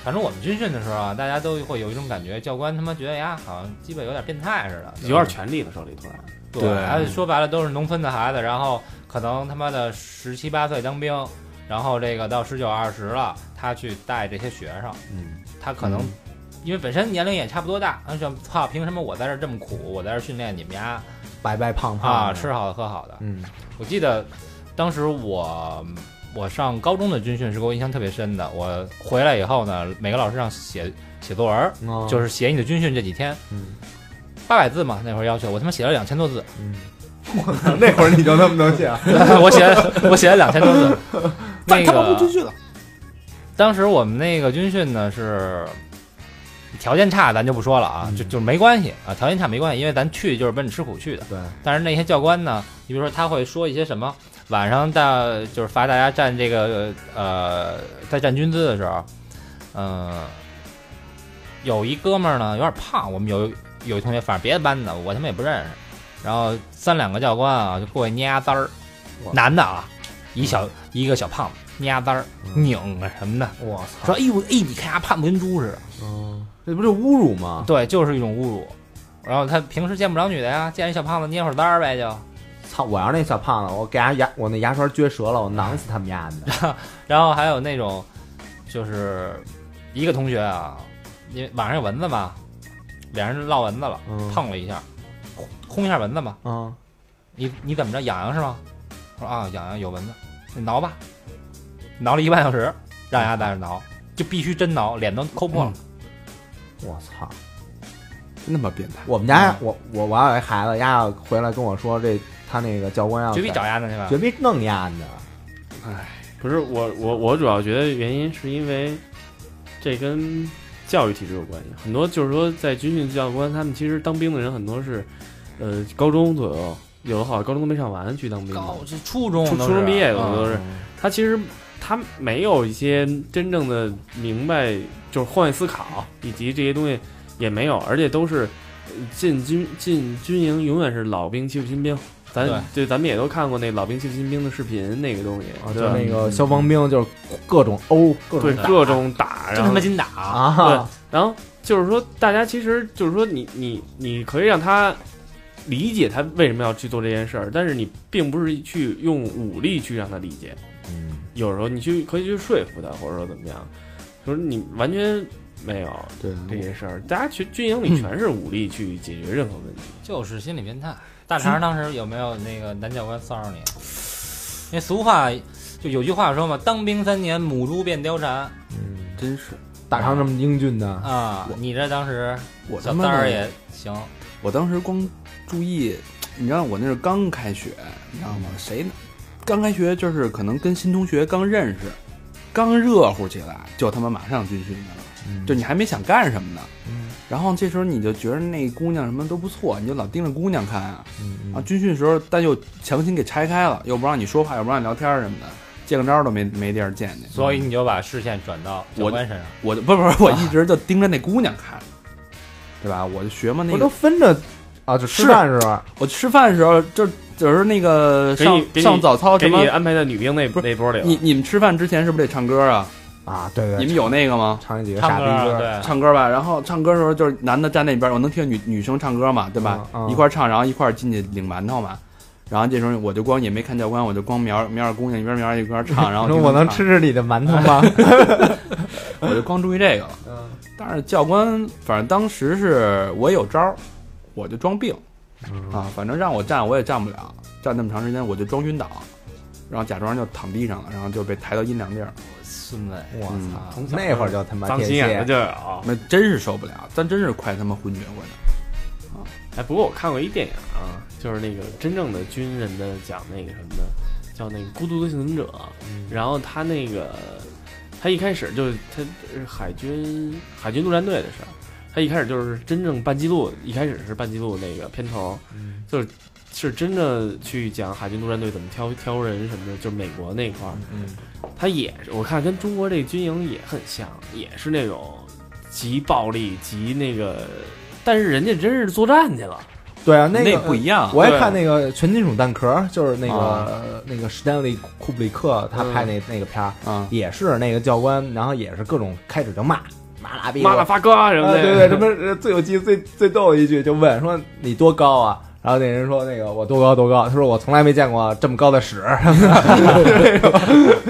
Speaker 4: 反正我们军训的时候啊，大家都会有一种感觉，教官他妈觉得呀，好像基本有点变态似的，
Speaker 5: 有点权力了手里突然，
Speaker 4: 对，
Speaker 2: 对
Speaker 4: 而且说白了都是农村的孩子，然后可能他妈的十七八岁当兵，然后这个到十九二十了，他去带这些学生，
Speaker 3: 嗯，
Speaker 4: 他可能、因为本身年龄也差不多大，他想操，凭什么我在这儿这么苦，我在这儿训练你们家
Speaker 3: 白白胖胖
Speaker 4: 啊，
Speaker 3: 的
Speaker 4: 吃，好的喝好的？
Speaker 3: 嗯
Speaker 4: 我记得当时我我上高中的军训是给我印象特别深的，我回来以后呢，每个老师让写写作文儿，
Speaker 3: 哦
Speaker 4: 就是写你的军训这几天，
Speaker 3: 嗯
Speaker 4: 八百字嘛，那会儿要求我他妈写了两千多字。
Speaker 3: 嗯，我操， [laughs] 那会儿你就那么能写啊？
Speaker 4: [laughs] 我写了我写了两千多
Speaker 2: [laughs]
Speaker 4: 字。那个
Speaker 2: 训了，
Speaker 4: 当时我们那个军训呢是条件差，咱就不说了啊，
Speaker 2: 嗯
Speaker 4: 就就没关系啊，条件差没关系，因为咱去就是奔着吃苦去的。
Speaker 3: 对，
Speaker 4: 但是那些教官呢，你比如说他会说一些什么，晚上大就是罚大家站这个呃，在站军姿的时候，嗯、有一哥们儿呢有点胖，我们有有一同学，反正别的班的我他妈也不认识，然后三两个教官啊就过去捏牙簪儿，男的啊，一小一个小胖子捏牙簪儿拧啊什么的。
Speaker 3: 我
Speaker 4: 说哎
Speaker 3: 操，
Speaker 4: 呦哎，你看他胖的跟猪似的，
Speaker 3: 嗯，这不就侮辱吗？
Speaker 4: 对，就是一种侮辱。然后他平时见不着女的呀，见一小胖子捏会儿簪儿呗就，
Speaker 3: 操！我要是那小胖子，我给他牙，我那牙刷撅折了，我囊死他们丫的！
Speaker 4: 然后还有那种，就是一个同学啊，因为晚上有蚊子嘛，俩人落蚊子了，
Speaker 3: 嗯
Speaker 4: 碰了一下，轰轰一下蚊子嘛。
Speaker 3: 啊，
Speaker 4: 你你怎么着痒痒是吗？我说啊痒痒有蚊子，你挠吧，挠了一个半小时，让人家在那挠，就必须真挠，脸都抠破了。
Speaker 5: 嗯
Speaker 3: [laughs] 我操！
Speaker 2: 真他妈变态，
Speaker 3: 我们家我我我要有一孩子，丫回来跟我说，这他那个教
Speaker 5: 嗯
Speaker 3: 官要
Speaker 4: 绝逼找丫的去吧
Speaker 3: 绝。逼弄丫的，
Speaker 5: 不是我我我主要觉得原因是因为这跟教育体制有关系，很多就是说在军训教官他们其实当兵的人很多是，呃，高中左右有的好像高中都没上完去当兵的，
Speaker 4: 高这初中
Speaker 5: 初
Speaker 4: 都
Speaker 5: 初中
Speaker 4: 是
Speaker 5: 毕业有的
Speaker 4: 嗯
Speaker 5: 都是，他其实他没有一些真正的明白，就是换位思考，以及这些东西也没有，而且都是呃进军进军营永远是老兵欺负新兵。咱
Speaker 4: 对
Speaker 5: 对，咱们也都看过那老兵欺负新兵的视频，那个东西，
Speaker 3: 啊，就
Speaker 5: 对吧
Speaker 3: 那个消防兵，就是各种殴，各
Speaker 5: 对
Speaker 3: 种打
Speaker 5: 各种打，
Speaker 4: 真
Speaker 5: 然
Speaker 4: 他
Speaker 5: 后
Speaker 4: 妈金打，
Speaker 3: 啊，
Speaker 5: 然后就是说，大家其实就是说你，你你可以让他理解他为什么要去做这件事儿，但是你并不是去用武力去让他理解。
Speaker 3: 嗯，
Speaker 5: 有时候你去可以去说服他，或者说怎么样，就是你完全没有嗯
Speaker 2: 对，
Speaker 5: 这件事儿。大家去军营里全是武力去解决任何问题。
Speaker 4: 就是心理变态。大肠当时有没有那个男教官骚扰你？那俗话就有句话说嘛，当兵三年，母猪变貂蝉
Speaker 2: 真是
Speaker 3: 嗯打成这么英俊的，
Speaker 4: 啊！你这当时
Speaker 2: 我他
Speaker 4: 小
Speaker 2: 妈
Speaker 4: 三儿
Speaker 2: 的
Speaker 4: 也行，嗯
Speaker 2: 我当时光注意，你知道我那是刚开学，你知道吗？谁刚开学就是可能跟新同学刚认识，刚热乎起来，就他妈马上军训去了。
Speaker 4: 嗯
Speaker 2: 就你还没想干什么呢，然后这时候你就觉得那姑娘什么都不错，你就老盯着姑娘看啊。
Speaker 4: 嗯
Speaker 2: 啊，军训时候，但又强行给拆开了，又不让你说话，又不让你聊天什么的，见个招都没没地儿见去。
Speaker 4: 所以你就把视线转到教官身上。
Speaker 2: 我就不不不，我一直就盯着那姑娘看，对吧？我就学嘛那
Speaker 3: 不都
Speaker 2: 个，
Speaker 3: 分着啊？就吃饭是吧？
Speaker 2: 我吃饭的时候就就是那个
Speaker 5: 给
Speaker 2: 上
Speaker 5: 你给你
Speaker 2: 上早
Speaker 4: 哦
Speaker 2: 操
Speaker 5: 给
Speaker 2: 什么
Speaker 5: 你。哎安排在女兵那
Speaker 2: 不是
Speaker 5: 那波里了。
Speaker 2: 你你们吃饭之前是不是得唱歌啊？
Speaker 3: 啊，对对，
Speaker 2: 你们有那个吗？
Speaker 3: 唱那几个傻
Speaker 4: 唱
Speaker 3: 逼
Speaker 4: 歌啊
Speaker 3: 歌，
Speaker 4: 对，
Speaker 2: 唱歌吧，然后唱歌的时候就是男的站那边，我能听见女女生唱歌嘛，对吧？
Speaker 3: 嗯嗯
Speaker 2: 一块儿唱，然后一块儿进去领馒头嘛。然后这时候我就光也没看教官，我就光瞄瞄着姑娘一边瞄着一边唱，啊然后
Speaker 3: 说
Speaker 2: 听
Speaker 3: 我
Speaker 2: 她
Speaker 3: 能
Speaker 2: 唱
Speaker 3: 吃，吃你的馒头吗？ [laughs]
Speaker 2: 我就光注意这个了。但是教官反正当时是我有招儿，我就装病
Speaker 3: 嗯
Speaker 2: 啊，反正让我站我也站不了，站那么长时间我就装晕倒，然后假装就躺地上了，然后就被抬到阴凉地儿。
Speaker 4: 孙子，
Speaker 3: 我
Speaker 2: 嗯
Speaker 3: 操，那会儿就他妈
Speaker 5: 脏
Speaker 3: 天
Speaker 5: 心眼子
Speaker 3: 蝎，
Speaker 5: 就有。
Speaker 2: 那真是受不了，但真是快他妈昏厥过去了。
Speaker 5: 哎，不过我看过一电影啊，就是那个真正的军人的讲那个什么的，叫那个《孤独的幸存者》。然后他那个，他一开始就是他是海军海军陆战队的事儿，他一开始就是真正半记录，一开始是半记录那个片头，就是是真的去讲海军陆战队怎么挑挑人什么的，就是美国那块儿，
Speaker 3: 嗯，
Speaker 5: 他也是我看跟中国这军营也很像，也是那种极暴力极那个，但是人家真是作战去了。
Speaker 3: 对啊，那个
Speaker 2: 不一样，
Speaker 3: 我也
Speaker 5: 对
Speaker 3: 看那个《全金属蛋壳》，就是那个、
Speaker 2: 啊
Speaker 3: 呃那个史丹利库布里克他拍那、那个嗯片儿，
Speaker 2: 啊，
Speaker 3: 也是那个教官，然后也是各种开始就骂骂拉逼，
Speaker 5: 妈了发哥什么
Speaker 3: 啊
Speaker 5: 的，
Speaker 3: 对对，什么呃最有机最最逗的一句就问说你多高啊？然后那人说那个我多高多高，他说我从来没见过这么高的屎， [laughs] 那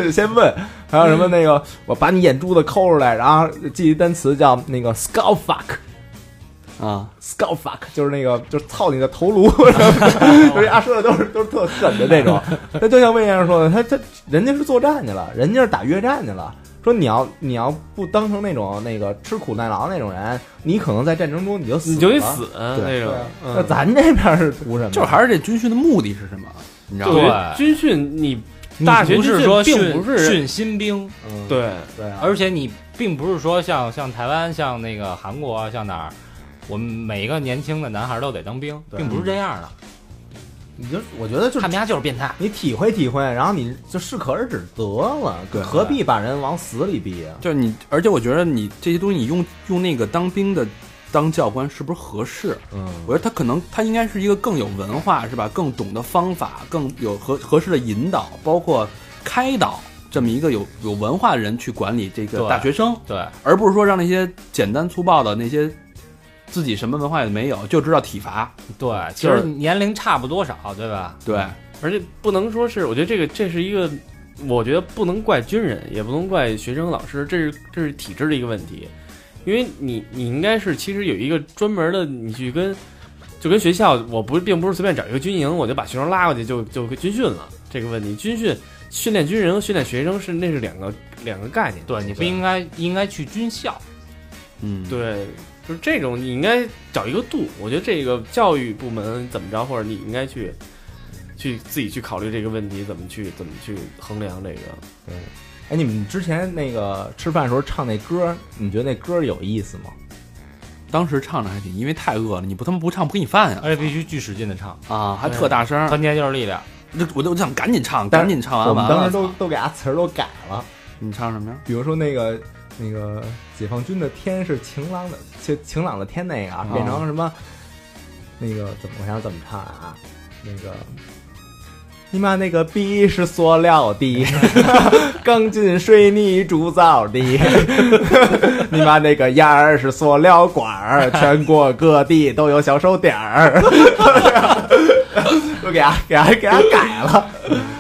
Speaker 3: 种先问，还有什么那个我把你眼珠子抠出来，然后记一单词叫那个 skull fuck。
Speaker 2: 啊
Speaker 3: skull fuck，就是那个就是操你的头颅， [laughs] 就是他说的都是都是特狠的那种。他就像魏先生说的，他他人家是作战去了，人家是打越战去了。说你要你要不当成那种那个吃苦耐劳那种人，你可能在战争中你就死了
Speaker 5: 你就得死
Speaker 3: 对
Speaker 5: 那种
Speaker 3: 对。
Speaker 5: 嗯
Speaker 3: 那咱这边是图什么？
Speaker 2: 就是还是这军训的目的是什么？你知道
Speaker 5: 对我觉
Speaker 2: 吗？
Speaker 5: 得军训你
Speaker 4: 你
Speaker 5: 大学
Speaker 4: 不
Speaker 5: 军
Speaker 4: 是
Speaker 5: 训
Speaker 4: 说
Speaker 5: 并
Speaker 4: 训
Speaker 5: 不是
Speaker 4: 训新兵，
Speaker 3: 嗯
Speaker 5: 对
Speaker 3: 对啊，
Speaker 4: 而且你并不是说像像台湾、像那个韩国啊、像哪儿，我们每一个年轻的男孩都得当兵，
Speaker 3: 对
Speaker 4: 并不是这样的。
Speaker 3: 你就我觉得就
Speaker 4: 他们
Speaker 3: 是
Speaker 4: 家就是变态，
Speaker 3: 你体会体会，然后你就适可而止得了，
Speaker 2: 对
Speaker 3: 何必把人往死里逼啊？
Speaker 2: 就是你，而且我觉得你这些东西，你用用那个当兵的当教官是不是合适？
Speaker 3: 嗯，
Speaker 2: 我觉得他可能他应该是一个更有文化是吧？更懂得方法，更有合合适的引导，包括开导这么一个有有文化的人去管理这个
Speaker 4: 对
Speaker 2: 大学生，
Speaker 4: 对，
Speaker 2: 而不是说让那些简单粗暴的那些自己什么文化也没有就知道体罚。
Speaker 4: 对，其
Speaker 2: 就是
Speaker 4: 实年龄差不多少，对吧？
Speaker 2: 对，
Speaker 5: 而且不能说是，我觉得这个这是一个，我觉得不能怪军人，也不能怪学生和老师，这是这是体制的一个问题，因为你你应该是其实有一个专门的，你去跟就跟学校，我不并不是随便找一个军营，我就把学生拉过去就就军训了，这个问题，军训训练军人和训练学生是那是两个两个概念，
Speaker 4: 对，你不应该应该去军校，
Speaker 2: 嗯，
Speaker 5: 对，就是这种，你应该找一个度。我觉得这个教育部门怎么着，或者你应该去去自己去考虑这个问题，怎么去怎么去衡量这个。
Speaker 3: 哎，你们之前那个吃饭的时候唱那歌，你觉得那歌有意思吗？
Speaker 2: 当时唱着还挺，因为太饿了，你不他妈不唱不给你饭啊呀、
Speaker 4: 而且必须巨使劲的唱，
Speaker 2: 啊！还特大声，
Speaker 4: 团结就是力量。
Speaker 2: 就我就我就想赶紧唱，
Speaker 3: 但
Speaker 2: 赶紧唱
Speaker 3: 我
Speaker 2: 完
Speaker 3: 们
Speaker 2: 完
Speaker 3: 当
Speaker 2: 了
Speaker 3: 时都
Speaker 2: 操
Speaker 3: 都给它啊词儿都改了，
Speaker 2: 你唱什么呀？
Speaker 3: 比如说那个那个解放军的天是晴朗的晴晴朗的天那个啊变成什么、那个怎么我想怎么唱啊？那个你妈那个逼是塑料的， [laughs] 钢筋水泥铸造的， [laughs] 你妈那个烟儿是塑料管儿， [laughs] 全国各地都有销售点儿， [laughs] 都给它给它给它改了。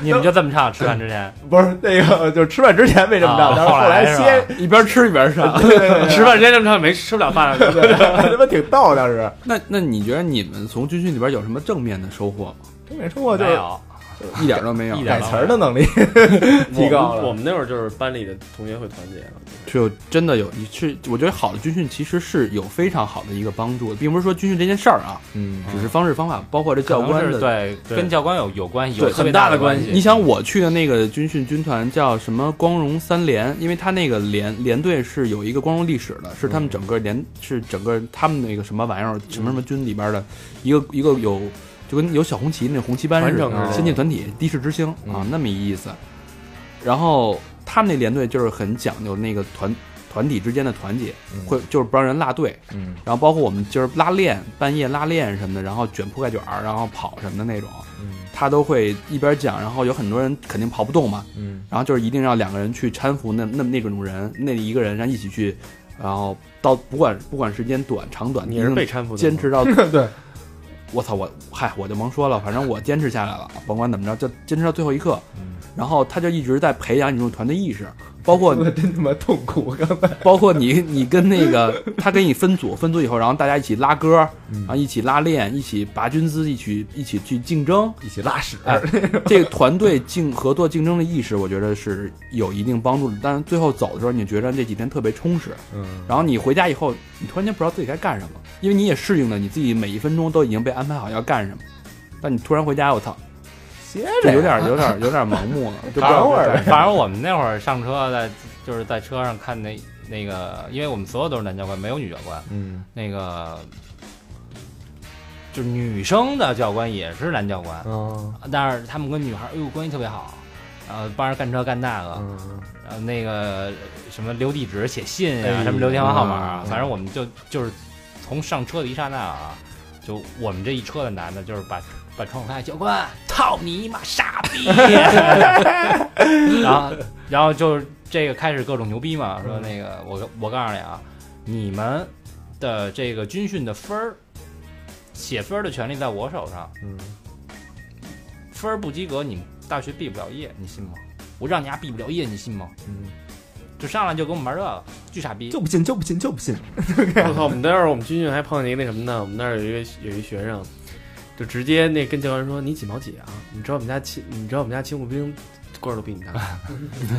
Speaker 4: 你们就这么唱，吃饭之前，
Speaker 3: 不是那个，就是吃饭之前没这么着，
Speaker 4: 啊
Speaker 3: 但是后来
Speaker 4: 后来是，
Speaker 3: 歇
Speaker 2: [laughs] 一边吃一边 [laughs] 唱。
Speaker 3: 对对对，
Speaker 5: 吃饭之前这么唱没吃不了饭，
Speaker 3: 对还他妈挺逗，当时
Speaker 2: [laughs] 那那你觉得你们从军训里边有什么正面的收获吗？
Speaker 3: 这没说过，就
Speaker 4: 没
Speaker 3: 是
Speaker 4: 有，
Speaker 2: 一点都没有
Speaker 4: 一。点
Speaker 3: 改词儿的能力提高了
Speaker 5: 我们。我们那会儿就是班里的同学会团结了，
Speaker 2: 是有真的有，是我觉得好的军训其实是有非常好的一个帮助的，并不是说军训这件事儿啊，
Speaker 3: 嗯，
Speaker 2: 只是方式方法，包括这教官的
Speaker 4: 对
Speaker 5: 对
Speaker 4: 跟教官有有关系，有
Speaker 5: 对
Speaker 4: 特别
Speaker 5: 很大
Speaker 4: 的
Speaker 5: 的关
Speaker 4: 系。
Speaker 5: 系
Speaker 2: 你想我去的那个军训军团叫什么？光荣三连，因为他那个连连队是有一个光荣历史的，是他们整个连是整个他们那个什么玩意儿什么什么军里边的一个一个有就跟有小红旗那红旗班似
Speaker 5: 团
Speaker 3: 政似
Speaker 2: 的，
Speaker 3: 的
Speaker 2: 先进团体、的士之星啊
Speaker 3: 嗯
Speaker 2: 那么一意思。然后他们那连队就是很讲究那个团团体之间的团结，
Speaker 3: 嗯
Speaker 2: 会就是不让人落队，
Speaker 3: 嗯
Speaker 2: 然后包括我们今儿拉练，半夜拉练什么的，然后卷铺盖卷儿，然后跑什么的那种。
Speaker 3: 嗯
Speaker 2: 他都会一边讲，然后有很多人肯定跑不动嘛，
Speaker 3: 嗯
Speaker 2: 然后就是一定要两个人去搀扶那那那种人，那一个人然后一起去，然后到不管不管时间短长短，
Speaker 5: 你
Speaker 3: 嗯
Speaker 5: 是
Speaker 2: 一定
Speaker 5: 被搀扶的，
Speaker 2: 坚持到，
Speaker 3: [laughs]
Speaker 2: [laughs]
Speaker 3: 对，
Speaker 2: 我操我嗨我就甭说了，反正我坚持下来了，甭管怎么着就坚持到最后一刻，
Speaker 3: 嗯
Speaker 2: 然后他就一直在培养你这种团队意识，包括
Speaker 3: 我真他妈痛苦，刚才 [laughs]
Speaker 2: 包括你，你跟那个他给你分组，分组以后，然后大家一起拉歌，
Speaker 3: 嗯
Speaker 2: 然后一起拉练，一起拔军姿，一起一起去竞争。
Speaker 3: 一起拉屎。
Speaker 2: 哎，这个团队竞合作竞争的意识，我觉得是有一定帮助的。但是最后走的时候，你觉得这几天特别充实，
Speaker 3: 嗯，
Speaker 2: 然后你回家以后，你突然间不知道自己该干什么，因为你也适应了，你自己每一分钟都已经被安排好要干什么。但你突然回家，我操，
Speaker 3: 歇
Speaker 2: 就
Speaker 3: 着
Speaker 2: 有点有点有点盲目
Speaker 3: [laughs]
Speaker 2: 了，就不知
Speaker 3: 等
Speaker 2: 道
Speaker 3: 会儿，
Speaker 4: 反正我们那会儿上车在就是在车上看那那个，因为我们所有都是男教官，没有女教官。
Speaker 3: 嗯
Speaker 4: 那个就是女生的教官也是男教官，
Speaker 3: 嗯
Speaker 4: 但是他们跟女孩儿哎呦关系特别好，呃，帮着干这干那个，
Speaker 3: 嗯
Speaker 4: 呃，那个什么留地址、写信
Speaker 3: 哎
Speaker 4: 呀、
Speaker 3: 呦嗯
Speaker 4: 什么留电话号码啊，反正我们就就是从上车的一刹那啊，就我们这一车的男的，就是把把窗户开，教官，操你妈傻
Speaker 3: [laughs]
Speaker 4: 逼！然后然后就是这个开始各种牛逼嘛，说那个我我告诉你啊，你们的这个军训的分儿，写分儿的权利在我手上，
Speaker 3: 嗯
Speaker 4: 分儿不及格，你大学毕不了业，你信吗？我让你丫毕不了业，你信吗？
Speaker 3: 嗯，
Speaker 4: 就上来就跟我们玩这个，巨傻逼
Speaker 3: 就。不信就不信就不信。
Speaker 5: 我靠，我们那儿我们军训还碰见一个那什么呢？我们那儿有一个有一学生，就直接那跟教官说：“你几毛几啊？你知道我们家青，你知道我们家青木兵官儿都比你大。”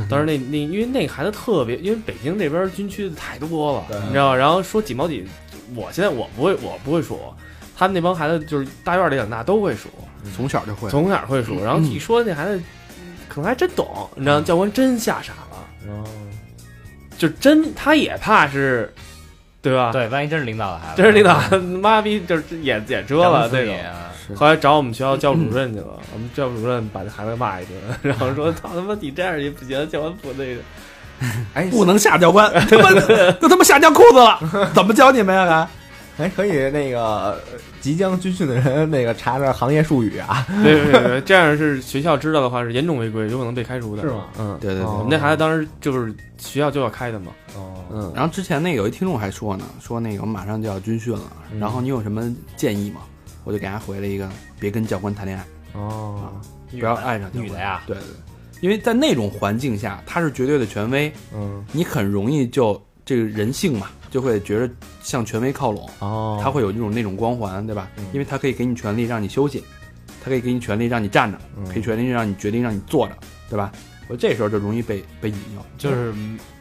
Speaker 5: 当时那那因为那个孩子特别，因为北京这边军区太多了
Speaker 3: 对，
Speaker 5: 你知道，然后说几毛几，我现在我不会，我不会数，他们那帮孩子就是大院里长大都会数，
Speaker 3: 嗯
Speaker 2: 从小就会。
Speaker 5: 从哪儿会数，然后一说那孩子可能还真懂，你知道，教官真吓傻了，
Speaker 3: 哦，
Speaker 5: 就真他也怕是，对吧？
Speaker 4: 对，万一真是领导的孩
Speaker 5: [laughs]
Speaker 4: 子，
Speaker 5: 真是领导妈逼就是也也折了
Speaker 4: 对
Speaker 5: 这种。后来找我们学校教务主任去了，我们教务主任把这孩子骂一顿， [laughs] 然后说：“操他妈，你这样也不行，教官不那个。
Speaker 3: 哎，
Speaker 2: 不能下教官， [laughs] 他妈都他妈下尿裤子了，怎么教你们呀、还？
Speaker 3: 还哎可以那个呃即将军训的人，那个查查行业术语啊。”
Speaker 5: 对对对，这样是学校知道的话是严重违规，有可能被开除的。
Speaker 3: 是吗
Speaker 5: 嗯，
Speaker 2: 对对对。
Speaker 5: 我们那孩子当时就是学校就要开的嘛。
Speaker 3: 哦，
Speaker 5: 嗯，
Speaker 2: 然后之前那有一听众还说呢，说那个我们马上就要军训了，
Speaker 3: 嗯
Speaker 2: 然后你有什么建议吗？我就给他回了一个，别跟教官谈恋爱，
Speaker 3: 哦，
Speaker 2: 不要爱上教官
Speaker 4: 女的呀
Speaker 2: 对对对，因为在那种环境下，他是绝对的权威，
Speaker 3: 嗯，
Speaker 2: 你很容易就这个人性嘛，就会觉得向权威靠拢，
Speaker 3: 哦，
Speaker 2: 他会有那种那种光环，对吧？
Speaker 3: 嗯
Speaker 2: 因为他可以给你权利让你休息，他可以给你权利让你站着，
Speaker 3: 嗯
Speaker 2: 可以权利让你决定让你坐着，对吧？我这时候就容易被被引诱，
Speaker 4: 就是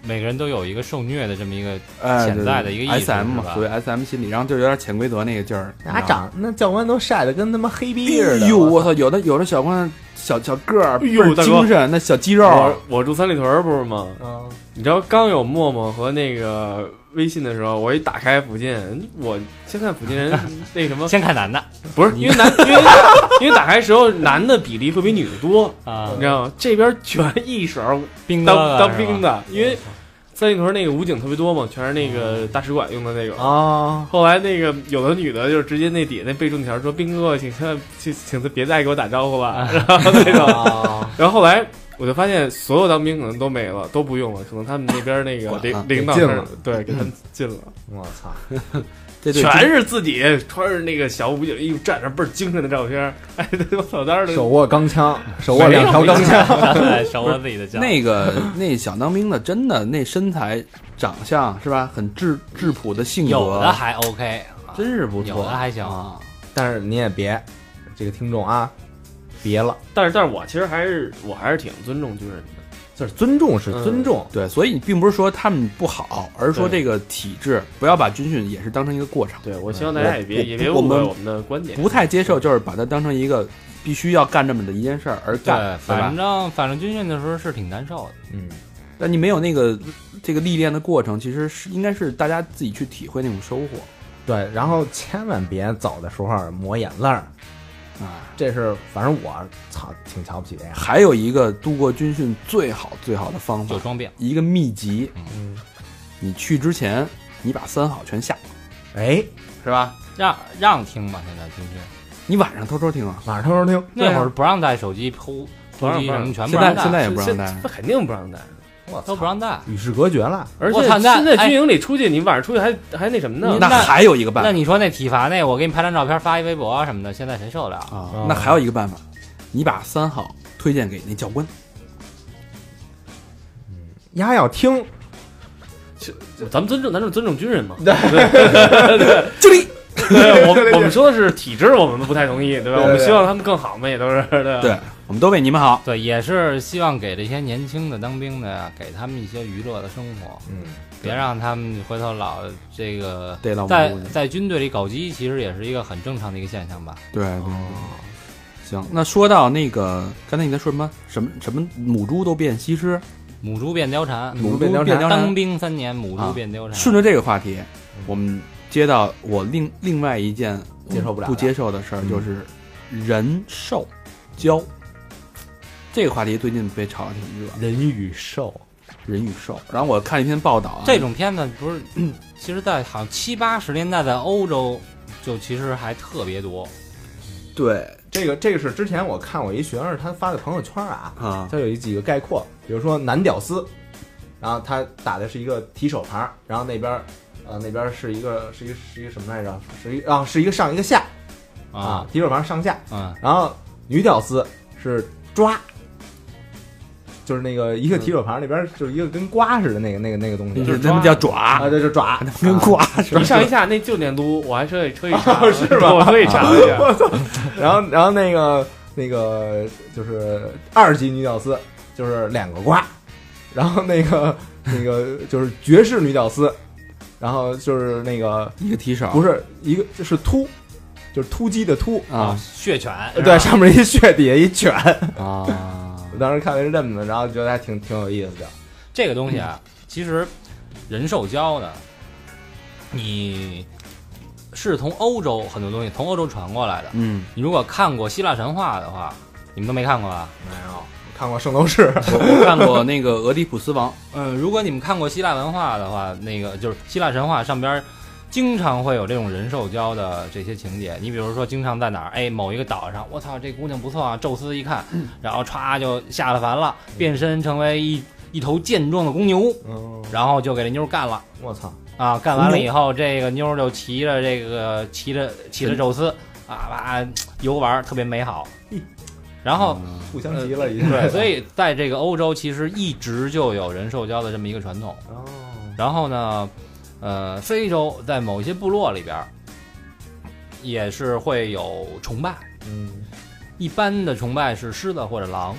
Speaker 4: 每个人都有一个受虐的这么一个，
Speaker 2: 哎
Speaker 4: 潜在的一个意识
Speaker 2: S M
Speaker 4: 是
Speaker 2: 嘛，
Speaker 4: 吧
Speaker 2: 所谓 S M 心理，然后就有点潜规则那个劲儿。
Speaker 3: 那啊长那教官都晒得跟他妈黑
Speaker 2: 你
Speaker 3: 逼
Speaker 2: 知道
Speaker 3: 似
Speaker 2: 吗
Speaker 3: 的。
Speaker 2: 哎呦，我操！有的有的小官小小个儿，
Speaker 5: 哎呦
Speaker 2: 倍儿
Speaker 5: 大哥
Speaker 2: 精神，那小肌肉
Speaker 5: 我，我住三里屯儿不是吗？
Speaker 3: 嗯，
Speaker 5: 你知道刚有陌陌和那个微信的时候，我一打开附近，我先看附近人那什么，
Speaker 4: 先看男的
Speaker 5: 不是因为男，因为因为打开时候男的比例会比女的多。
Speaker 4: 啊
Speaker 5: 你知道吗？这边全一手
Speaker 4: 兵哥
Speaker 5: 当
Speaker 4: 哥
Speaker 5: 当
Speaker 4: 是
Speaker 5: 兵
Speaker 4: 吧
Speaker 5: 的，因为三里屯那个武警特别多嘛，全是那个大使馆用的那个。
Speaker 3: 哦，
Speaker 5: 后来那个有的女的就直接那底下那备注那条说：“兵哥，请千万请请他别再给我打招呼了。”然后那种，
Speaker 3: [laughs] 哦
Speaker 5: [laughs] 然后后来我就发现所有当兵可能都没了，都不用了，可能他们那边那个
Speaker 2: 管了
Speaker 5: 领领导
Speaker 3: 给禁
Speaker 5: 那儿
Speaker 3: 了
Speaker 5: 对给他们禁了，
Speaker 3: 我操，
Speaker 2: 这对
Speaker 5: 全是自己穿着那个小武警衣服站着倍儿精神的照片儿。哎，我操，当时
Speaker 3: 手握钢枪，手握两条钢枪。
Speaker 4: 哎手握自己的
Speaker 2: [laughs]
Speaker 4: 枪，
Speaker 2: 那个
Speaker 4: [laughs]
Speaker 2: 那小当兵的，真的那身材、长相是吧？很质质朴的性格，
Speaker 4: 有的还 OK，啊
Speaker 2: 真是不错，
Speaker 4: 有的还行
Speaker 2: 啊。
Speaker 3: 但是你也别，这个听众啊，别了，
Speaker 5: 但是但是我其实还是我还是挺尊重军人的，
Speaker 3: 就是尊重是尊重，
Speaker 2: 对，所以并不是说他们不好，而是说
Speaker 5: 对
Speaker 2: 这个体制不要把军训也是当成一个过场，
Speaker 5: 对我希望大家也别
Speaker 2: 我
Speaker 5: 也别
Speaker 2: 我
Speaker 5: 误会
Speaker 2: 们
Speaker 5: 我们的观点，
Speaker 2: 不太接受就是把它当成一个必须要干这么的一件事儿而干，对吧
Speaker 4: 反？正反正军训的时候是挺难受的，
Speaker 3: 嗯，
Speaker 2: 但你没有那个这个历练的过程，其实是应该是大家自己去体会那种收获
Speaker 3: 对，然后千万别走的时候抹眼泪儿，
Speaker 2: 啊。
Speaker 3: 这是反正我操挺瞧不起这样，
Speaker 2: 还有一个度过军训最好最好的方法
Speaker 4: 就，装病。
Speaker 2: 一个秘籍，
Speaker 5: 嗯，
Speaker 2: 你去之前你把三好全下了，
Speaker 3: 哎，
Speaker 2: 是吧？
Speaker 4: 让让听吧，现在军训
Speaker 2: 你晚上偷偷听啊。
Speaker 3: 晚上偷偷听，
Speaker 4: 那会儿不让带手机、偷
Speaker 5: 不让
Speaker 4: 手机什么全不
Speaker 2: 现
Speaker 4: 让
Speaker 2: 在现
Speaker 4: 带，
Speaker 2: 在也不让
Speaker 5: 现
Speaker 2: 带，
Speaker 5: 这肯定不让带，
Speaker 3: 我
Speaker 4: 都
Speaker 3: 操
Speaker 4: 不，让带。
Speaker 3: 与世隔绝了，
Speaker 5: 而且
Speaker 4: 我操那
Speaker 5: 现在
Speaker 4: 哎
Speaker 5: 军营里出去，你晚上出去还还那什么呢？
Speaker 2: 那还有一个办
Speaker 4: 那
Speaker 2: 法
Speaker 4: 你说那体罚那，我给你拍张照片发一微博啊什么的，现在谁受得了？
Speaker 2: 啊，那还有一个办法，你把三好推荐给那教官，
Speaker 3: 丫要听，
Speaker 5: 咱们尊重，咱们尊重军人嘛。
Speaker 2: 敬礼。
Speaker 5: 对，我们我们说的是体制，我们不太同意，对吧？
Speaker 3: 对
Speaker 5: 我们希
Speaker 3: 对
Speaker 5: 望他们更好嘛，也都是对吧。
Speaker 2: 对，我们都为你们好。
Speaker 4: 对，也是希望给这些年轻的当兵的呀，给他们一些娱乐的生活，
Speaker 3: 嗯，
Speaker 4: 别让他们回头老这个
Speaker 2: 对了，我
Speaker 4: 在
Speaker 2: 们
Speaker 4: 在军队里搞基，其实也是一个很正常的一个现象吧。
Speaker 2: 对对对。行，那说到那个，刚才你在说什么？什么什么母猪都变西施，
Speaker 4: 母猪变貂蝉，
Speaker 2: 母猪
Speaker 3: 变貂
Speaker 2: 变貂
Speaker 4: 当
Speaker 2: 蝉。
Speaker 4: 兵三年，母
Speaker 2: 啊
Speaker 4: 猪变貂
Speaker 2: 顺
Speaker 4: 蝉。
Speaker 2: 着这个话题，我们接到我另另外一件
Speaker 3: 接受不了的
Speaker 2: 不接受的事儿，就是人兽交。这个话题最近被炒得挺热，
Speaker 3: 人与兽，
Speaker 2: 人与兽。然后我看一篇报道啊，
Speaker 4: 这种片子不是， [clears throat] 其实，在好像七八十年代，在欧洲就其实还特别多。
Speaker 2: 对
Speaker 3: 这个这个是之前我看我一学生他发的朋友圈啊，
Speaker 2: 啊，
Speaker 3: 它有一几个概括，比如说男屌丝，然后他打的是一个提手牌，然后那边儿呃那边儿是一个是一个是一个什么来着？是一个啊是一个上一个下啊
Speaker 4: 啊，
Speaker 3: 提手牌上下，
Speaker 4: 嗯，
Speaker 3: 然后女屌丝是抓。就是那个一个提手牌那边儿就是一个跟瓜似的那个那个那个东西
Speaker 2: 就是他们叫爪
Speaker 3: 啊，，这就爪，
Speaker 2: 嗯跟
Speaker 3: 啊
Speaker 2: 瓜似
Speaker 5: 一
Speaker 2: 的。
Speaker 5: 上一下那就得撸，我还特意特意查了，
Speaker 3: 是吧
Speaker 5: 我特意查了一下，
Speaker 3: 然后然后那个那个就是二级女屌丝，就是两个瓜，然后那个那个就是爵士女屌丝，然后就是那个
Speaker 2: 一个提手，
Speaker 3: 不是一个就是突，就是突击的突，
Speaker 2: 啊
Speaker 4: 血犬
Speaker 3: 对，上面一血，底下一卷。
Speaker 2: 啊，
Speaker 3: 我当时看了是这么的，然后觉得还挺挺有意思的。
Speaker 4: 这个东西啊，其实人兽交的，你是从欧洲很多东西从欧洲传过来的。
Speaker 2: 嗯，
Speaker 4: 你如果看过希腊神话的话，你们都没看过吧？
Speaker 3: 没有看过《圣斗士》 [laughs]
Speaker 2: 我我看过那个《俄狄浦斯王》，
Speaker 4: 嗯，如果你们看过希腊文化的话，那个就是希腊神话上边儿经常会有这种人兽交的这些情节。你比如说，经常在哪儿，哎，某一个岛上，我操，这姑娘不错啊，宙斯一看，然后歘就下了凡了，变身成为一一头健壮的公牛，
Speaker 3: 嗯，
Speaker 4: 然后就给这妞儿干了。
Speaker 3: 我操，
Speaker 4: 啊，干完了以后，这个妞儿就骑着这个骑着骑着宙斯啊，哇，游玩儿特别美好。然后，
Speaker 2: 嗯
Speaker 3: 互相急了已经。
Speaker 4: 对，所以在这个欧洲，其实一直就有人兽交的这么一个传统。
Speaker 3: 哦，
Speaker 4: 然后呢，呃，非洲在某一些部落里边儿，也是会有崇拜。
Speaker 3: 嗯，
Speaker 4: 一般的崇拜是狮子或者狼，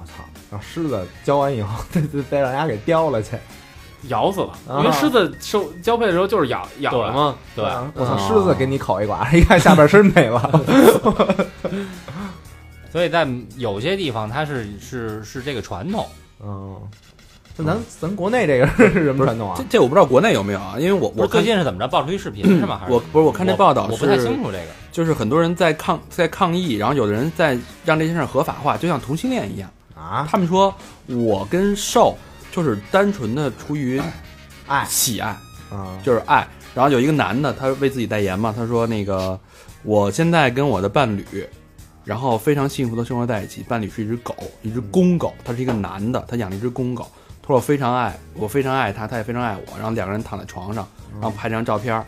Speaker 3: 我操，让狮子教完以后， [laughs] 再再再让人家给叼了去。
Speaker 5: 咬死了，
Speaker 3: 啊
Speaker 5: 因为狮子受交配的时候就是咬咬了嘛。
Speaker 4: 对，
Speaker 3: 啊我操，
Speaker 2: 嗯
Speaker 3: 狮子给 [laughs] 你口一刮，一看下半身没了。
Speaker 4: 所以在有些地方它是是是这个传统。
Speaker 3: 嗯，那咱咱国内这个是什么传统
Speaker 2: 这
Speaker 3: 啊？
Speaker 2: 这我不知道国内有没有啊，因为我
Speaker 4: 不
Speaker 2: 我
Speaker 4: 是最
Speaker 2: 看
Speaker 4: 近是怎么着爆出一
Speaker 2: [clears throat]
Speaker 4: 视频是吗？还是
Speaker 2: 我不是我看这报道
Speaker 4: 我不太
Speaker 2: 是
Speaker 4: 清楚这个。
Speaker 2: 就是很多人在抗在抗议，然后有的人在让这件事儿合法化，就像同性恋一样。
Speaker 3: 啊，
Speaker 2: 他们说我跟兽就是单纯的出于
Speaker 3: 爱
Speaker 2: 喜爱，
Speaker 3: 啊，
Speaker 2: 就是爱。然后有一个男的，他为自己代言嘛，他说那个我现在跟我的伴侣，然后非常幸福的生活在一起。伴侣是一只狗，一只公狗，他是一个男的，他养了一只公狗。他说我非常爱，我非常爱他，他也非常爱我。然后两个人躺在床上，然后拍张照片儿，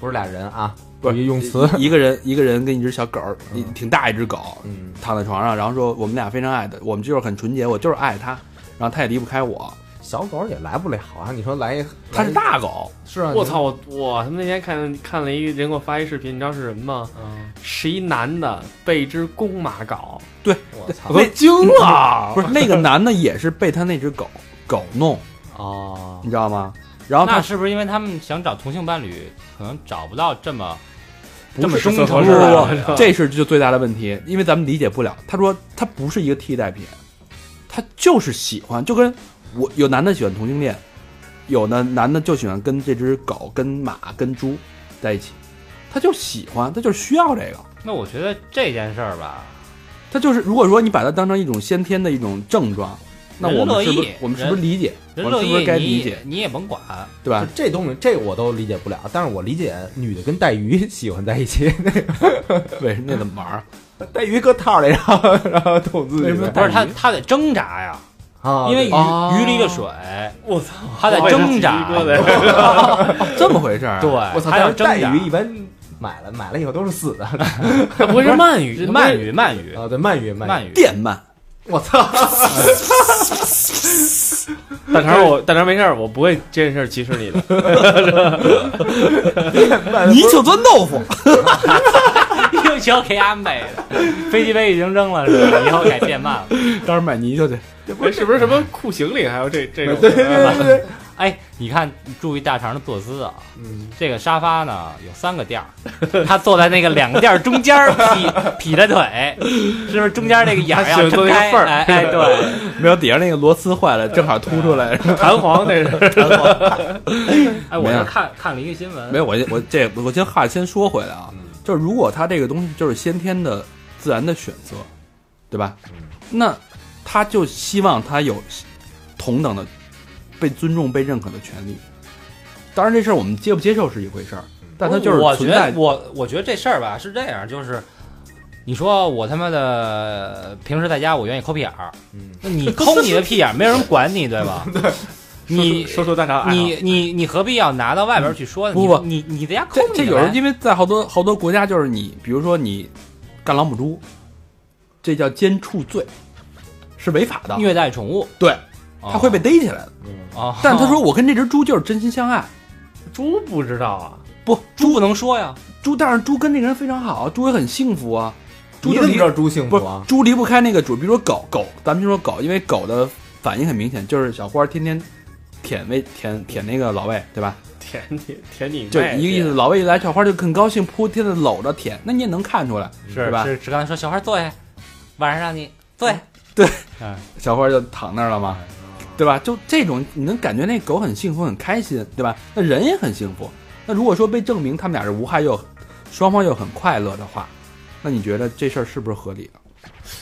Speaker 3: 不是俩人啊，
Speaker 2: 不是
Speaker 3: 一用词。
Speaker 2: 一个人一个人跟一只小狗儿，一挺大一只狗，
Speaker 3: 嗯，
Speaker 2: 躺在床上，然后说我们俩非常爱的，我们就是很纯洁，我就是爱他，然后他也离不开我，
Speaker 3: 小狗也来不了啊。你说来，
Speaker 5: 它是
Speaker 3: 来
Speaker 5: 大狗，
Speaker 3: 是啊，
Speaker 5: 我操！我我他妈那天看看了一个人给我发一视频，你知道是什么吗？
Speaker 4: 嗯，
Speaker 5: 是一男的被一只公马搞，
Speaker 4: 我操
Speaker 5: 我，都惊了。
Speaker 2: 不是那个男的也是被他那只狗狗弄，
Speaker 5: 哦，
Speaker 2: 你知道吗？然后
Speaker 4: 那
Speaker 2: 他
Speaker 4: 是不是因为他们想找同性伴侣，可能找不到这么
Speaker 2: 不
Speaker 4: 这么
Speaker 2: 是
Speaker 4: 忠
Speaker 2: 不
Speaker 4: 诚
Speaker 2: 不
Speaker 4: 的
Speaker 2: 不
Speaker 4: 人
Speaker 2: 不，这是就最大的问题，因为咱们理解不了。他说他不是一个替代品，他就是喜欢，就跟我有男的喜欢同性恋，有的男的就喜欢跟这只狗、跟马、跟猪在一起，他就喜欢，他就是需要这个。
Speaker 4: 那我觉得这件事儿吧，
Speaker 2: 他就是，如果说你把它当成一种先天的一种症状，那我们是不
Speaker 4: 人乐
Speaker 2: 是
Speaker 4: 意
Speaker 2: 我们是不是理解？
Speaker 4: 人
Speaker 2: 我
Speaker 4: 乐
Speaker 2: 们
Speaker 4: 意
Speaker 2: 是不是该
Speaker 4: 你
Speaker 2: 理
Speaker 4: 也
Speaker 2: 解？
Speaker 4: 你也甭管，
Speaker 2: 对吧
Speaker 3: 就？这东西，这我都理解不了。但是我理解女的跟带鱼 [laughs] 喜欢在一起，
Speaker 2: [laughs] 为什么那怎么玩儿？
Speaker 3: 带鱼搁套里，然后然后捅自己。
Speaker 2: 为什么
Speaker 4: 不是他他得挣扎呀，
Speaker 3: 啊，
Speaker 4: 因为鱼
Speaker 5: 哦
Speaker 4: 鱼离个水，
Speaker 5: 我操！
Speaker 4: 他得挣扎，
Speaker 5: 我也
Speaker 4: 对
Speaker 5: 是鸡皮疙瘩
Speaker 2: 这么回事儿、啊？，
Speaker 3: 我操，
Speaker 4: 他
Speaker 3: 但
Speaker 4: 要
Speaker 3: 是
Speaker 4: 挣
Speaker 3: 带
Speaker 4: 扎。
Speaker 3: 鱼一般买了买了以后都是死的啊。
Speaker 5: 它不会是鳗鱼，它不会
Speaker 4: 鳗鱼，鳗鱼，
Speaker 3: 对，鳗鱼鳗
Speaker 4: 鳗
Speaker 3: 鱼，
Speaker 4: 鱼，
Speaker 2: 电鳗
Speaker 3: 我操，
Speaker 5: 大肠，我大肠没事儿，我不会这件事儿歧视你的。
Speaker 2: 泥鳅钻豆腐，
Speaker 4: [laughs] 又要给安倍的，飞机杯已经扔了是吧？以后改电鳗了。
Speaker 2: [laughs] 当时买泥鳅去。
Speaker 5: 哎是不是什么酷刑里还有这这种？
Speaker 4: 哎，你看，注意大肠的坐姿啊。
Speaker 3: 嗯，
Speaker 4: 这个沙发呢有三个垫儿， [laughs] 他坐在那个两个垫儿中间儿，
Speaker 5: [laughs]
Speaker 4: 劈劈着腿，是不是中间那个眼儿
Speaker 5: 他喜
Speaker 4: 要
Speaker 5: 欢
Speaker 4: 撑
Speaker 5: 做那个
Speaker 4: 开？
Speaker 5: 缝儿
Speaker 4: 哎哎，对，
Speaker 2: 没有底下那个螺丝坏了，正好凸出来。
Speaker 5: [laughs] 弹簧那是。 [laughs]
Speaker 4: 哎，
Speaker 2: 我
Speaker 4: 我
Speaker 2: 没有这
Speaker 4: 就看看了一个新
Speaker 2: [laughs]
Speaker 4: 闻，
Speaker 2: 没有，我我这我先话先说回来啊，
Speaker 3: 嗯
Speaker 2: 就是如果他这个东西就是先天的自然的选择，对吧？那他就希望他有同等的被尊重、被认可的权利。当然，这事儿我们接不接受是一回事儿，但他就是
Speaker 4: 我觉
Speaker 2: 存
Speaker 4: 得
Speaker 2: 在。
Speaker 4: 我我觉得这事儿吧是这样，就是你说我他妈的平时在家我愿意抠屁眼儿，
Speaker 3: 嗯
Speaker 4: 那
Speaker 5: [laughs]
Speaker 4: 你抠你的屁眼儿，没有人管你，对吧？对，你
Speaker 5: 说说大肠爱好，
Speaker 4: 你你你何必要拿到外边儿去说
Speaker 2: 嗯
Speaker 4: 呢？
Speaker 2: 不不
Speaker 4: 你你你在家
Speaker 2: 这
Speaker 4: 抠你
Speaker 2: 这
Speaker 4: 的
Speaker 2: 有人
Speaker 4: 呗
Speaker 2: 因为在好多好多国家，就是你，比如说你干老母猪，这叫奸畜罪，是违法的，
Speaker 4: 虐待宠物，
Speaker 2: 对，
Speaker 4: 哦
Speaker 2: 他会被逮起来的。
Speaker 3: 嗯
Speaker 4: 哦
Speaker 2: 但他
Speaker 4: [laughs]
Speaker 2: 说我跟这只猪就是真心相爱，
Speaker 5: 猪不知道啊？
Speaker 2: 不，
Speaker 4: 猪不能说呀，
Speaker 2: 猪，但是猪跟那个人非常好，猪也很幸福啊。猪
Speaker 3: 你
Speaker 2: 就
Speaker 3: 怎么
Speaker 2: 离
Speaker 3: 知道猪幸
Speaker 2: 不
Speaker 3: 福
Speaker 2: 是
Speaker 3: 啊？
Speaker 2: 猪离不开那个主，比如说狗狗，咱们就说狗，因为狗的反应很明显，就是小花天天舔喂舔舔那个老魏，对吧？
Speaker 5: 舔你舔你
Speaker 2: 就
Speaker 5: 妹
Speaker 2: 一个意思，老魏一来，小花就很高兴，扑天的搂着舔，那你也能看出来，
Speaker 4: 是
Speaker 2: 吧？
Speaker 4: 是是刚才说小孩坐下，晚上让你
Speaker 2: [laughs]
Speaker 4: 坐下，
Speaker 2: 小花就躺那儿了嘛，对吧？就这种，你能感觉那狗很幸福、很开心，对吧？那人也很幸福。那如果说被证明他们俩是无害又双方又很快乐的话，那你觉得这事儿是不是合理啊的？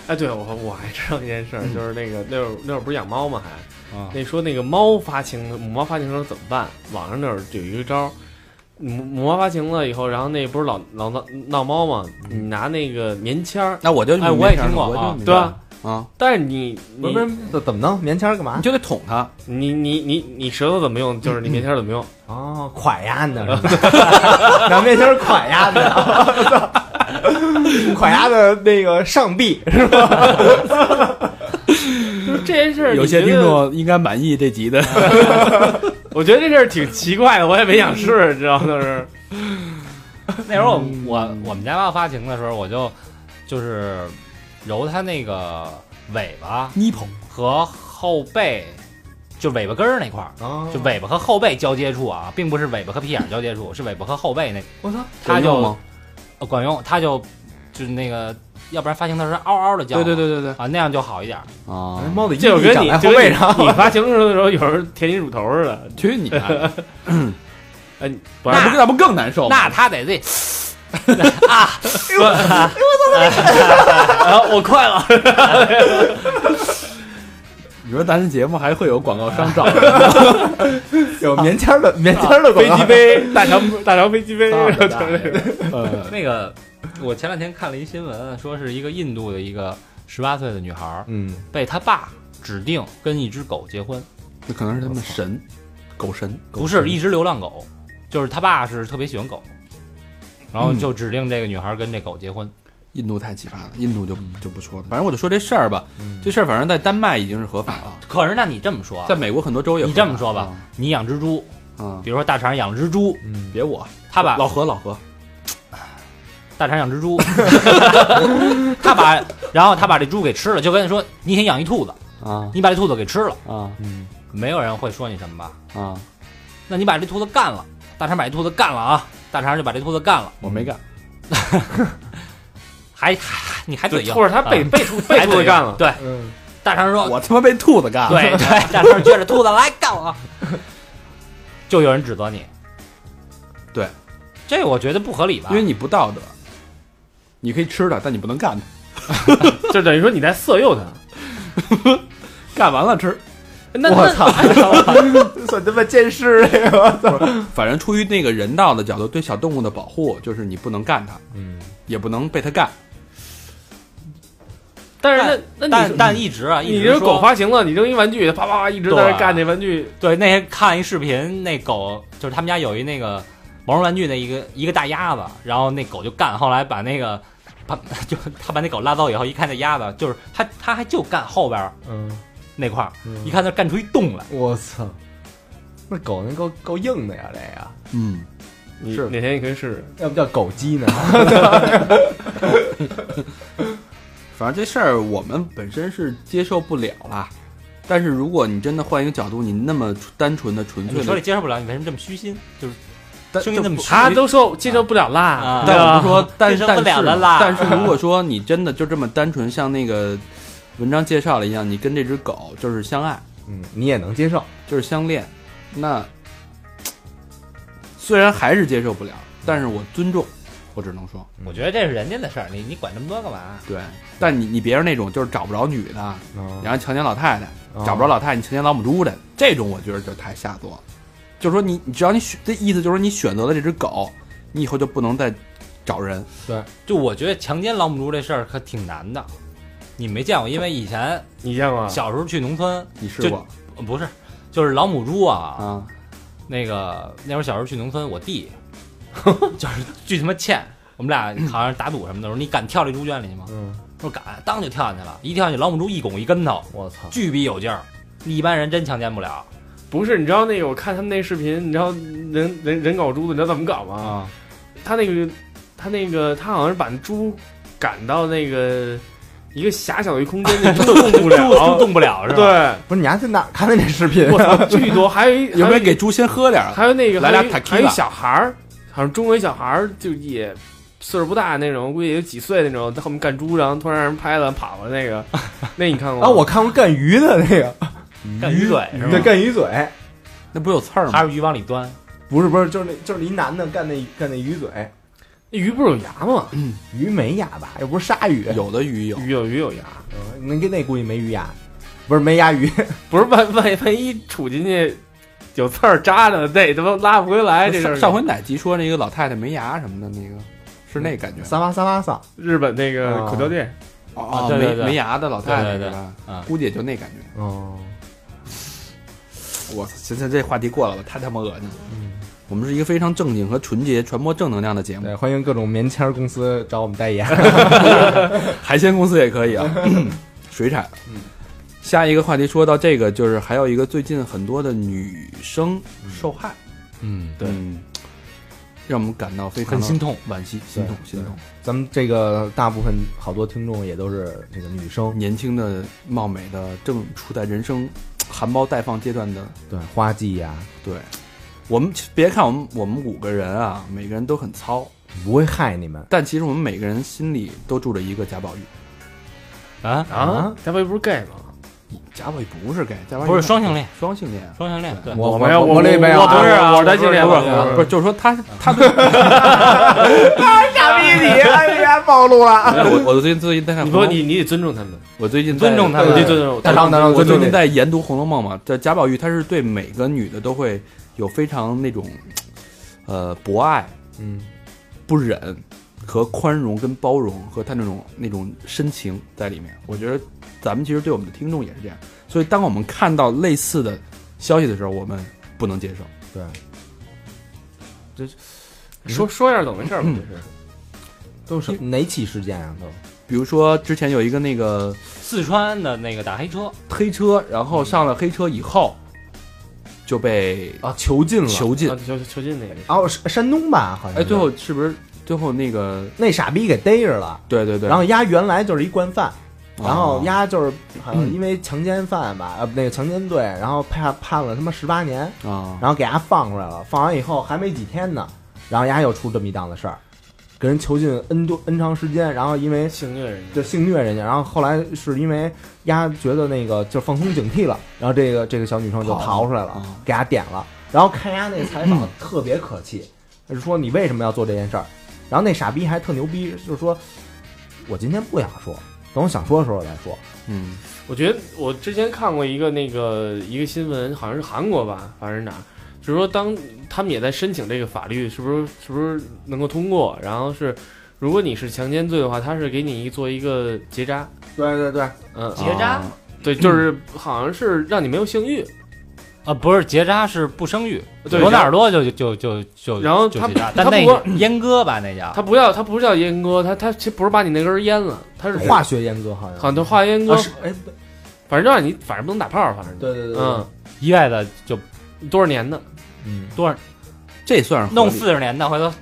Speaker 5: 哎，对我我还知道一件事儿，就是那个那会儿那会儿不是养猫吗？还
Speaker 4: 啊
Speaker 5: 那说那个猫发情，母猫发情的时候怎么办？网上那会儿有一个招儿，母母猫发情了以后，然后那不是老老闹闹猫吗？你拿那个棉签儿，
Speaker 2: 那我就
Speaker 4: 哎我也听过
Speaker 2: 我就
Speaker 4: 啊
Speaker 2: 明白
Speaker 5: 对吧？
Speaker 2: 啊，
Speaker 5: 但是你
Speaker 3: 不
Speaker 5: 你
Speaker 3: 是不是怎怎么弄？棉签儿干嘛
Speaker 2: 你？就得捅它。
Speaker 5: 你你你你舌头怎么用？就是你棉签儿怎
Speaker 3: [laughs]
Speaker 5: 么用？
Speaker 3: 哦，蒯呀呢？
Speaker 5: [laughs]
Speaker 3: 是吧 [laughs] 拿棉签儿蒯呀 [laughs] 呢？蒯呀的那个上臂是吧？
Speaker 5: 就是这件事儿，
Speaker 2: 有些
Speaker 5: 你觉
Speaker 2: 听
Speaker 5: 得，
Speaker 2: 众应该满意这集的，
Speaker 5: 我觉得这事儿挺奇怪的，我也没想试，知道吗？是
Speaker 4: 那时候我
Speaker 2: 嗯
Speaker 4: 我我们家猫发情的时候，我就就是揉它那个尾巴
Speaker 2: 妮捧
Speaker 4: 和后背，就尾巴根儿那块儿，
Speaker 3: 啊
Speaker 4: 就尾巴和后背交接处啊，并不是尾巴和屁眼儿交接处，是尾巴和后背那
Speaker 3: 我操，
Speaker 4: 它
Speaker 2: 有用
Speaker 4: 就
Speaker 2: 吗？
Speaker 4: 呃管用，它就就是那个，要不然发情的时候嗷嗷的叫，
Speaker 2: 对对对对对
Speaker 4: 啊，那样就好一点儿。
Speaker 2: 啊！
Speaker 3: 猫的
Speaker 5: 哦这就
Speaker 3: 硬
Speaker 5: 跟
Speaker 3: 长
Speaker 5: 你
Speaker 3: 在后
Speaker 5: 就跟
Speaker 3: 背
Speaker 5: 你
Speaker 3: 上。 [laughs]
Speaker 5: 你发情的时候有人舔你乳头似的，
Speaker 2: 去你的！
Speaker 5: 哎，你不是
Speaker 2: [laughs] 那不那不更难受吗？
Speaker 4: 那它得自己啊，我我快了，
Speaker 2: 你说咱这节目还会有广告 [laughs] 商找 [laughs]
Speaker 3: 有棉签儿
Speaker 2: 啊
Speaker 3: 的棉签儿的
Speaker 5: 飞
Speaker 3: 广告
Speaker 5: 机杯，大长大长飞机杯，然后就是那个
Speaker 2: 呃，
Speaker 4: 那个，我前两天看了一新闻，说是一个印度的一个十八岁的女孩儿
Speaker 3: 嗯，
Speaker 4: 被她爸指定跟一只狗结婚，
Speaker 2: 那可能是他们神，狗神，
Speaker 4: 不是一只流浪狗，
Speaker 2: 嗯
Speaker 4: 就是她爸是特别喜欢狗，然后就指定这个女孩儿跟这狗结婚。
Speaker 2: 印度太奇葩了，印度就就不说了。反正我就说这事儿吧，这事儿反正在丹麦已经是合法了，
Speaker 4: 可是那你这么说啊，
Speaker 2: 在美国很多州也合
Speaker 4: 你
Speaker 2: 法
Speaker 4: 这么说吧，你养蜘蛛，
Speaker 2: 嗯，
Speaker 4: 比如说大肠养只猪，
Speaker 3: 嗯，
Speaker 2: 别我
Speaker 4: 他把
Speaker 2: 老何老何，
Speaker 4: 大肠养只猪， [laughs] 他把然后他把这猪给吃了，就跟你说你想养一兔子，
Speaker 5: 啊
Speaker 4: 你把这兔子给吃了，
Speaker 5: 啊
Speaker 4: 没有人会说你什么吧？
Speaker 5: 啊！
Speaker 4: 那你把这兔子干了，大肠把这兔子干了啊，大肠就把这兔子干了，
Speaker 2: 我没干，
Speaker 4: 还还你还嘴硬，
Speaker 5: 或者他被
Speaker 4: 啊
Speaker 5: 被出被
Speaker 4: 还
Speaker 5: 出
Speaker 4: 嘴
Speaker 5: 去
Speaker 4: 硬
Speaker 5: 干了，
Speaker 4: 对，
Speaker 3: 嗯，
Speaker 4: 大肠说，
Speaker 2: [laughs] 我他妈被兔子干了。
Speaker 5: [laughs]
Speaker 4: 对对，大肠撅着兔子来干我，就有人指责你，
Speaker 2: 对，
Speaker 4: 这我觉得不合理吧？
Speaker 2: [laughs] 因为你不道德，你可以吃它，但你不能干它，
Speaker 5: 就等于说你在色诱他。
Speaker 2: 干完了吃。
Speaker 5: 那那
Speaker 3: 操，算他妈监视这个，
Speaker 2: 反正出于那个人道的角度，对小动物的保护，就是你不能干它，
Speaker 3: 嗯，
Speaker 2: 也不能被它干。
Speaker 5: 但是那那你
Speaker 4: 但
Speaker 5: 说
Speaker 4: 但一直啊，一
Speaker 5: 你
Speaker 4: 直
Speaker 5: 这
Speaker 4: 说
Speaker 5: 狗发情了，你扔一玩具，啪啪啪一直在
Speaker 3: 啊
Speaker 5: 那干那玩具，
Speaker 4: 对，那天看一视频，那狗就是他们家有一那个毛绒玩具那一个一个大鸭子，然后那狗就干，后来把那个把 [laughs] 就他把那狗拉走以后，一看那鸭子就是他他还就干后边儿
Speaker 3: 嗯，
Speaker 4: 那块儿，一看他干出一洞来，
Speaker 3: 我操，那狗那够够硬的呀，这个，
Speaker 2: 嗯，
Speaker 5: 你
Speaker 3: 是
Speaker 5: 哪天你可以试试。
Speaker 3: 要不叫狗鸡呢？
Speaker 2: 反正这事儿我们本身是接受不了啦。但是如果你真的换一个角度，你那么单纯的、纯粹
Speaker 4: 哎你说
Speaker 2: 的，
Speaker 4: 这接受不了，你为什么这么虚心？就是
Speaker 2: 但
Speaker 4: 声音那么虚，
Speaker 5: 他都说接受不了啦
Speaker 4: 啊，
Speaker 5: 对
Speaker 2: 但我
Speaker 5: 吧
Speaker 2: 不说，
Speaker 4: [laughs]
Speaker 2: 但
Speaker 4: 接受不
Speaker 2: 但
Speaker 4: 了
Speaker 2: 是
Speaker 4: 了啦
Speaker 2: 但是如果说你真的就这么单纯，像那个文章介绍了一样，你跟这只狗就是相爱，
Speaker 3: 嗯，你也能接受，
Speaker 2: 就是相恋，那虽然还是接受不了，但是我尊重，我只能说
Speaker 4: 我觉得这是人家的事儿，你你管这么多干嘛？
Speaker 2: 对。但你你别是那种就是找不着女的，然后强奸老太太，找不着老太太你强奸老母猪的这种，我觉得就太下作了。就是说你你只要你选，这意思就是说你选择了这只狗，你以后就不能再找人。
Speaker 4: 就我觉得强奸老母猪这事儿可挺难的，你没见过，因为以前
Speaker 5: 你见过？
Speaker 4: 小时候去农村，
Speaker 2: 你试过
Speaker 4: 呃不是就是老母猪啊
Speaker 2: 啊？
Speaker 4: 那个那会儿小时候去农村，我弟 [laughs] 就是巨他妈欠，我们俩好像是打赌什么的，我说你敢跳这猪圈里去吗？
Speaker 3: 嗯，
Speaker 4: 他说敢，当就跳进去了，一跳进去老母猪一拱一跟头，
Speaker 3: 我操，
Speaker 4: 巨逼有劲儿，一般人真强奸不了
Speaker 5: 不是，你知道那个我看他们那视频，你知道人人人搞猪的，你知道怎么搞吗？
Speaker 4: 啊！
Speaker 5: 他那个他那个他好像是把猪赶到那个一个狭小的一空间，那猪动不
Speaker 4: 猪猪 [laughs]
Speaker 5: 了。
Speaker 4: 动不了是吧？
Speaker 5: 哦 [laughs] 对，
Speaker 3: 不是你还在哪儿看的这视频？啊
Speaker 5: 我操，巨多！还有一
Speaker 2: 有没有
Speaker 5: 还一
Speaker 2: 给猪先喝点儿？
Speaker 5: 还有那个
Speaker 2: 来俩
Speaker 5: 还有一
Speaker 2: tequila
Speaker 5: 还有一小孩儿，好像中国一小孩儿就也岁数不大那种，估计也就几岁那种，在后面干猪，然后突然让人拍了跑了那个，那你看过吗？
Speaker 3: 啊，我看过干鱼的那个，
Speaker 4: 干鱼嘴是
Speaker 3: 对，
Speaker 4: 吗？
Speaker 3: 干鱼嘴，
Speaker 2: 那不有刺儿吗
Speaker 4: 还？是鱼往里端？
Speaker 3: 不是不是，就是那就是一男的干那干那鱼嘴，
Speaker 5: 那鱼不是有牙吗？
Speaker 3: 鱼没牙吧？又不是鲨鱼，
Speaker 2: 有的鱼有，
Speaker 5: 鱼有鱼有牙，
Speaker 3: 嗯那那估计没鱼牙，不是没牙鱼， [laughs]
Speaker 5: 不是万万万一杵进去有刺儿扎着，那他妈拉不回来。这事儿
Speaker 2: 上上回哪集说那个老太太没牙什么的那个，是那感觉
Speaker 3: 撒哇撒哇撒，
Speaker 5: 日本那个
Speaker 3: 啊
Speaker 5: 口罩店，
Speaker 2: 哦
Speaker 4: 对对
Speaker 2: 没
Speaker 4: 对
Speaker 2: 没牙的老太太
Speaker 4: 对对对
Speaker 2: 是吧
Speaker 4: 嗯
Speaker 2: 估计也就那感觉。
Speaker 3: 哦，
Speaker 2: 我操行行，这话题过了吧，太他妈恶心了。我们是一个非常正经和纯洁、传播正能量的节目
Speaker 3: 对，，欢迎各种棉签儿公司找我们代言，
Speaker 2: 海鲜公司也可以 [laughs] 啊， [coughs] 水产。下一个话题说到这个，就是还有一个最近很多的女生受害，
Speaker 4: 嗯，对，
Speaker 2: 嗯，让我们感到非常
Speaker 4: 很
Speaker 2: 的
Speaker 4: 心痛。
Speaker 2: 惋惜、心痛、心痛。
Speaker 3: 咱们这个大部分好多听众也都是这个女生，
Speaker 2: 年轻的、貌美的，正处在人生含苞待放阶段的
Speaker 3: 对，花季呀、
Speaker 2: 对，我们其别看我们我们五个人啊，每个人都很糙，
Speaker 3: 不会害你们
Speaker 2: 但其实我们每个人心里都住着一个贾宝玉。
Speaker 4: 啊，
Speaker 5: 啊，他不是不是 gay 吗？
Speaker 2: 贾宝玉不是 gay，贾宝玉
Speaker 4: 不是双性恋，
Speaker 2: [laughs] 双性恋啊。
Speaker 4: 双性恋，对，
Speaker 3: 我
Speaker 5: 没有，
Speaker 3: 我
Speaker 5: 我
Speaker 3: 这没有
Speaker 5: 我
Speaker 3: 啊
Speaker 5: 不是啊，
Speaker 4: 我
Speaker 5: 我在
Speaker 4: 不是
Speaker 5: 性恋，
Speaker 4: 不是
Speaker 5: 我
Speaker 4: 我
Speaker 2: 不是，就是说他 [laughs] 他
Speaker 3: [laughs]
Speaker 2: 对，
Speaker 3: 傻逼
Speaker 2: [laughs]
Speaker 3: 你，哎呀，暴露了。
Speaker 2: 我我最近最近在看
Speaker 5: 你
Speaker 2: 红楼
Speaker 5: 说
Speaker 2: 梦，
Speaker 5: 你你得尊重他们，
Speaker 2: 我最近在
Speaker 4: 尊重他
Speaker 5: 你
Speaker 4: 们
Speaker 5: 得
Speaker 3: 对
Speaker 5: 尊重
Speaker 3: 大张大张
Speaker 2: 我
Speaker 3: 尊
Speaker 2: 最
Speaker 3: 重
Speaker 2: 近
Speaker 3: 你，
Speaker 2: 在研读《红楼梦》嘛，这贾宝玉他是对每个女的都会有非常那种，呃，博爱、
Speaker 3: 嗯，
Speaker 2: 不忍和宽容跟包容和他那种那种深情在里面。我觉得咱们其实对我们的听众也是这样，所以当我们看到类似的消息的时候，我们不能接受。
Speaker 3: 对，
Speaker 5: 说说一下怎么回事吧，这是
Speaker 3: 都是哪起事件啊？都
Speaker 2: 比如说之前有一个那个
Speaker 4: 四川的那个打黑车，
Speaker 2: 黑车，然后上了黑车以后就被
Speaker 3: 啊，囚禁了。
Speaker 2: 囚禁
Speaker 5: 啊，，囚囚禁那个
Speaker 3: 哦，是山东吧，好像是。
Speaker 2: 哎，最后是不是最后那个
Speaker 3: 那傻逼给逮着了，
Speaker 2: 对对对，
Speaker 3: 然后丫原来就是一惯犯，然后
Speaker 2: 哦
Speaker 3: 丫就是好像因为强奸犯吧，呃，那个强奸罪，然后判判了他妈十八年，
Speaker 2: 啊
Speaker 3: 然后给丫放出来了，放完以后还没几天呢，然后丫又出这么一档子事儿，给人囚禁 n 多 n 长时间，然后因为
Speaker 5: 性虐人
Speaker 3: 就性虐人家，然后后来是因为丫觉得那个就放松警惕了，然后这个这个小女生就
Speaker 2: 跑
Speaker 3: 逃出来了，
Speaker 2: 啊
Speaker 3: 给丫点了，然后看丫那采访特别可气，她就说你为什么要做这件事儿？然后那傻逼还特牛逼，就是说我今天不想说，等我想说的时候再说。
Speaker 2: 嗯
Speaker 5: 我觉得我之前看过一个那个一个新闻，好像是韩国吧，反正是哪儿，就是说当他们也在申请这个法律是不是是不是能够通过，然后是如果你是强奸罪的话，他是给你做一个结扎，
Speaker 3: 对对对，
Speaker 5: 嗯，
Speaker 4: 结扎
Speaker 2: 啊
Speaker 5: 对，
Speaker 4: 嗯
Speaker 5: 就是好像是让你没有性欲，
Speaker 4: 呃，不是结扎是不生育，
Speaker 5: 对
Speaker 4: 罗纳尔多就就就就
Speaker 5: 然后
Speaker 4: 就
Speaker 5: 他
Speaker 4: 结扎，
Speaker 5: 他
Speaker 4: 但那
Speaker 5: 不光
Speaker 4: 阉割吧那叫
Speaker 5: 他不要他不是叫阉割，他他其实不是把你那根儿阉了，他是
Speaker 3: 化学阉割好像
Speaker 5: 好像叫化阉割，
Speaker 3: 啊是哎不
Speaker 5: 反正就让你反正不能打炮，反正
Speaker 3: 对对对对，
Speaker 5: 嗯，
Speaker 4: 意外的就
Speaker 5: 多少年的，
Speaker 3: 嗯
Speaker 4: 多少
Speaker 2: 这算是合理
Speaker 4: 弄四十年的，回头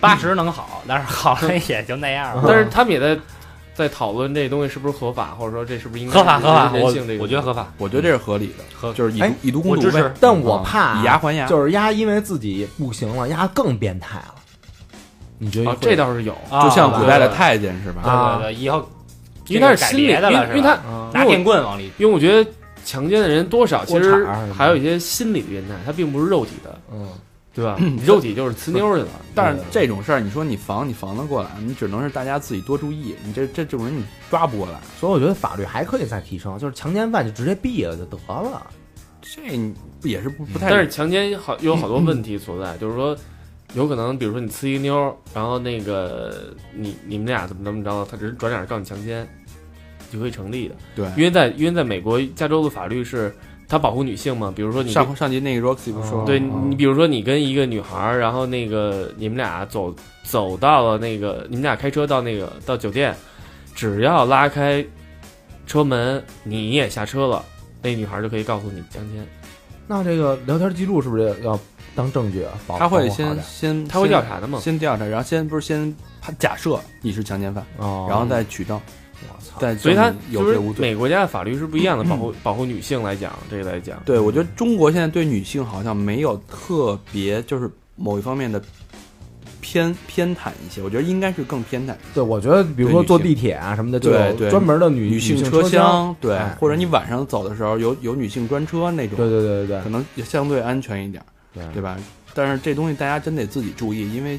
Speaker 4: 八十能好，但是好了也就那样
Speaker 3: 嗯
Speaker 4: 了。
Speaker 5: 但是他们也在在讨论这东西是不是合法，或者说这是不是应该
Speaker 4: 合法合法，
Speaker 5: 人
Speaker 4: 我
Speaker 5: 性这个
Speaker 4: 我觉得合法，
Speaker 2: 我觉得这是合理的，
Speaker 4: 合
Speaker 2: 就是以
Speaker 3: 哎
Speaker 2: 毒以毒
Speaker 4: 我
Speaker 2: 攻毒
Speaker 4: 支
Speaker 2: 呗
Speaker 4: 持，。
Speaker 3: 但我
Speaker 5: 嗯
Speaker 2: 啊
Speaker 3: 怕
Speaker 2: 以牙还牙，
Speaker 3: 就是丫因为自己不行了，丫更变态了。你觉得
Speaker 5: 啊
Speaker 3: 会，
Speaker 5: 这倒是有，
Speaker 4: 就
Speaker 2: 就像
Speaker 3: 啊
Speaker 2: 古代的太监是吧？
Speaker 3: 啊
Speaker 4: 对对对，以后
Speaker 5: 因为他是
Speaker 4: 改
Speaker 5: 心理，
Speaker 4: 别的
Speaker 5: 因
Speaker 4: 了
Speaker 5: 为
Speaker 4: 是吧
Speaker 5: 因为他
Speaker 3: 啊
Speaker 4: 拿电棍往里
Speaker 5: 因为我觉得强奸的人多少其
Speaker 3: 过
Speaker 5: 实
Speaker 3: 场啊什么的
Speaker 5: 还有一些心理的变态，他并不是肉体的，
Speaker 3: 嗯
Speaker 5: 对吧？你肉体就是呲妞去了，
Speaker 2: 但是这种事儿，你说你防你防得过来，你只能是大家自己多注意，你这这这种人你抓不过来，
Speaker 3: 所以我觉得法律还可以再提升，就是强奸犯就直接毙了就得了。
Speaker 2: 这你不也是不不太。
Speaker 5: 但是嗯强奸好有好多问题存在，就是说。有可能，比如说你呲一妞，然后那个你你们俩怎么怎么着，他只是转脸告你强奸，就可以成立的。
Speaker 2: 对，
Speaker 5: 因为在因为在美国加州的法律是，它保护女性嘛，比如说你
Speaker 2: 上上集那个 Roxy 不是说
Speaker 5: 对
Speaker 2: 吗
Speaker 5: 你，比如说你跟一个女孩儿，然后那个你们俩走走到了那个，你们俩开车到那个到酒店，只要拉开车门，你也下车了，那女孩儿就可以告诉你强奸，
Speaker 3: 那这个聊天记录是不是要当证据啊？保
Speaker 2: 他会
Speaker 3: 保护好
Speaker 2: 先
Speaker 3: 点
Speaker 2: 先
Speaker 5: 她会调查的嘛
Speaker 2: 先，先调查，然后先不是先判假设你是强奸犯，
Speaker 3: 哦，
Speaker 2: 然后再取证，
Speaker 3: 我操，
Speaker 2: 再
Speaker 5: 所以
Speaker 2: 证
Speaker 5: 她
Speaker 2: 明有
Speaker 5: 就
Speaker 2: 罪
Speaker 5: 是
Speaker 2: 无罪。
Speaker 5: 每个国家的法律是不一样的，
Speaker 2: [clears throat]
Speaker 5: 保护保护女性来讲，这个来讲，
Speaker 2: 对，我觉得中国现在对女性好像没有特别就是某一方面的偏偏袒一些，我觉得应该是更偏袒
Speaker 3: 对，我觉得比如说坐地铁啊什么的，就
Speaker 2: 对
Speaker 3: 有
Speaker 2: 对
Speaker 3: 专门的女
Speaker 2: 性
Speaker 3: 车厢。
Speaker 2: 厢，对
Speaker 3: 哎，
Speaker 2: 或者你晚上走的时候有有女性专车那种，
Speaker 3: 对对对对
Speaker 2: 可
Speaker 3: 对，
Speaker 2: 能也相对安全一点，
Speaker 3: 对
Speaker 2: 对吧？但是这东西大家真得自己注意，因为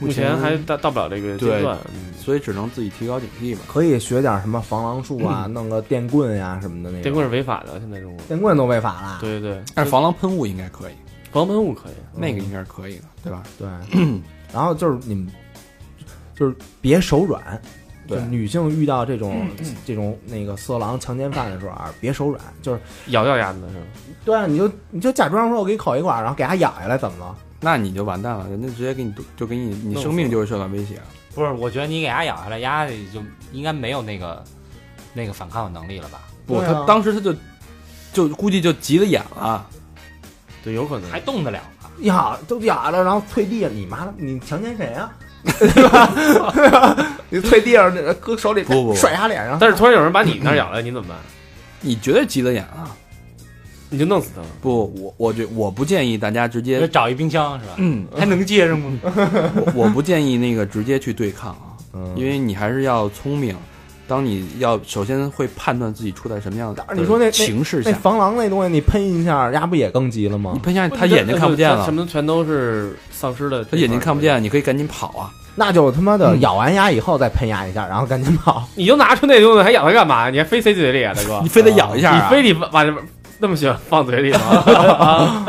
Speaker 5: 目前还到到不了这个阶
Speaker 2: 对
Speaker 5: 段，嗯
Speaker 2: 所以只能自己提高警惕吧。
Speaker 3: 可以学点什么防狼术
Speaker 2: 嗯
Speaker 3: 啊，弄个电棍呀、什么的那种。
Speaker 5: 电棍是违法的，现在中国，
Speaker 3: 电棍都违法了。
Speaker 5: 对对对，
Speaker 2: 但是防狼喷雾应该可以，
Speaker 5: 防喷雾可以，
Speaker 3: 嗯
Speaker 2: 那个应该是可以的，对吧？
Speaker 3: 对，然后就是你们就是别手软。就
Speaker 2: 对嗯
Speaker 3: 女性遇到这种这种那个色狼强奸犯的时候啊，别手软，就是
Speaker 5: 咬掉牙子是吧？
Speaker 3: 对啊，你就你就假装说我给你口一管，然后给他咬下来，怎么了？
Speaker 2: 那你就完蛋了，人家直接给你就给你，你
Speaker 5: 弄
Speaker 2: 生
Speaker 5: 死
Speaker 2: 命
Speaker 5: 了
Speaker 2: 就会受到威胁了。
Speaker 4: 不是，我觉得你给鸭咬下来，鸭就应该没有那个那个反抗的能力了吧？
Speaker 2: 不，
Speaker 3: 对啊
Speaker 2: 他当时他就就估计就急了眼了，
Speaker 5: 对，有可能
Speaker 4: 还动得了吗？
Speaker 3: 呀，都哑了，然后跪地上，你妈了，你强奸谁呀、 [laughs] 对吧？你跪地上，搁手里
Speaker 2: 不不不
Speaker 3: 甩他脸上，
Speaker 5: 但是突然有人把你那儿咬了，你怎
Speaker 2: [clears throat]
Speaker 5: 么办？
Speaker 2: 你绝对急了眼了。
Speaker 5: 你就弄死他了。
Speaker 2: 不，我我觉我不建议大家直
Speaker 4: 就
Speaker 2: 接，
Speaker 4: 找一冰箱是吧？
Speaker 2: 嗯，
Speaker 4: 还能接着吗？
Speaker 2: 我我不建议那个直接去对抗啊，
Speaker 3: 嗯
Speaker 2: 因为你还是要聪明。当你要首先会判断自己处在什么样的
Speaker 3: 但是你说那那
Speaker 2: 情势
Speaker 3: 那
Speaker 2: 下，
Speaker 3: 防狼那东西，你喷一下，丫不也更急了
Speaker 2: 你
Speaker 3: 吗？
Speaker 2: 喷下去他眼睛看不见
Speaker 5: 什
Speaker 2: 了，
Speaker 5: 么全都是丧尸的，
Speaker 2: 他眼睛看不见，，你可以赶紧跑啊！
Speaker 3: 那就他妈的咬完牙以后再喷牙一下，然后赶紧跑。
Speaker 5: 你就拿出那东西还咬它干嘛？你还非塞嘴里啊，大
Speaker 2: [laughs]
Speaker 5: 哥
Speaker 2: 你，非得咬一下啊，
Speaker 5: 你非得把把那么喜欢放嘴里
Speaker 2: [laughs]
Speaker 5: 吗？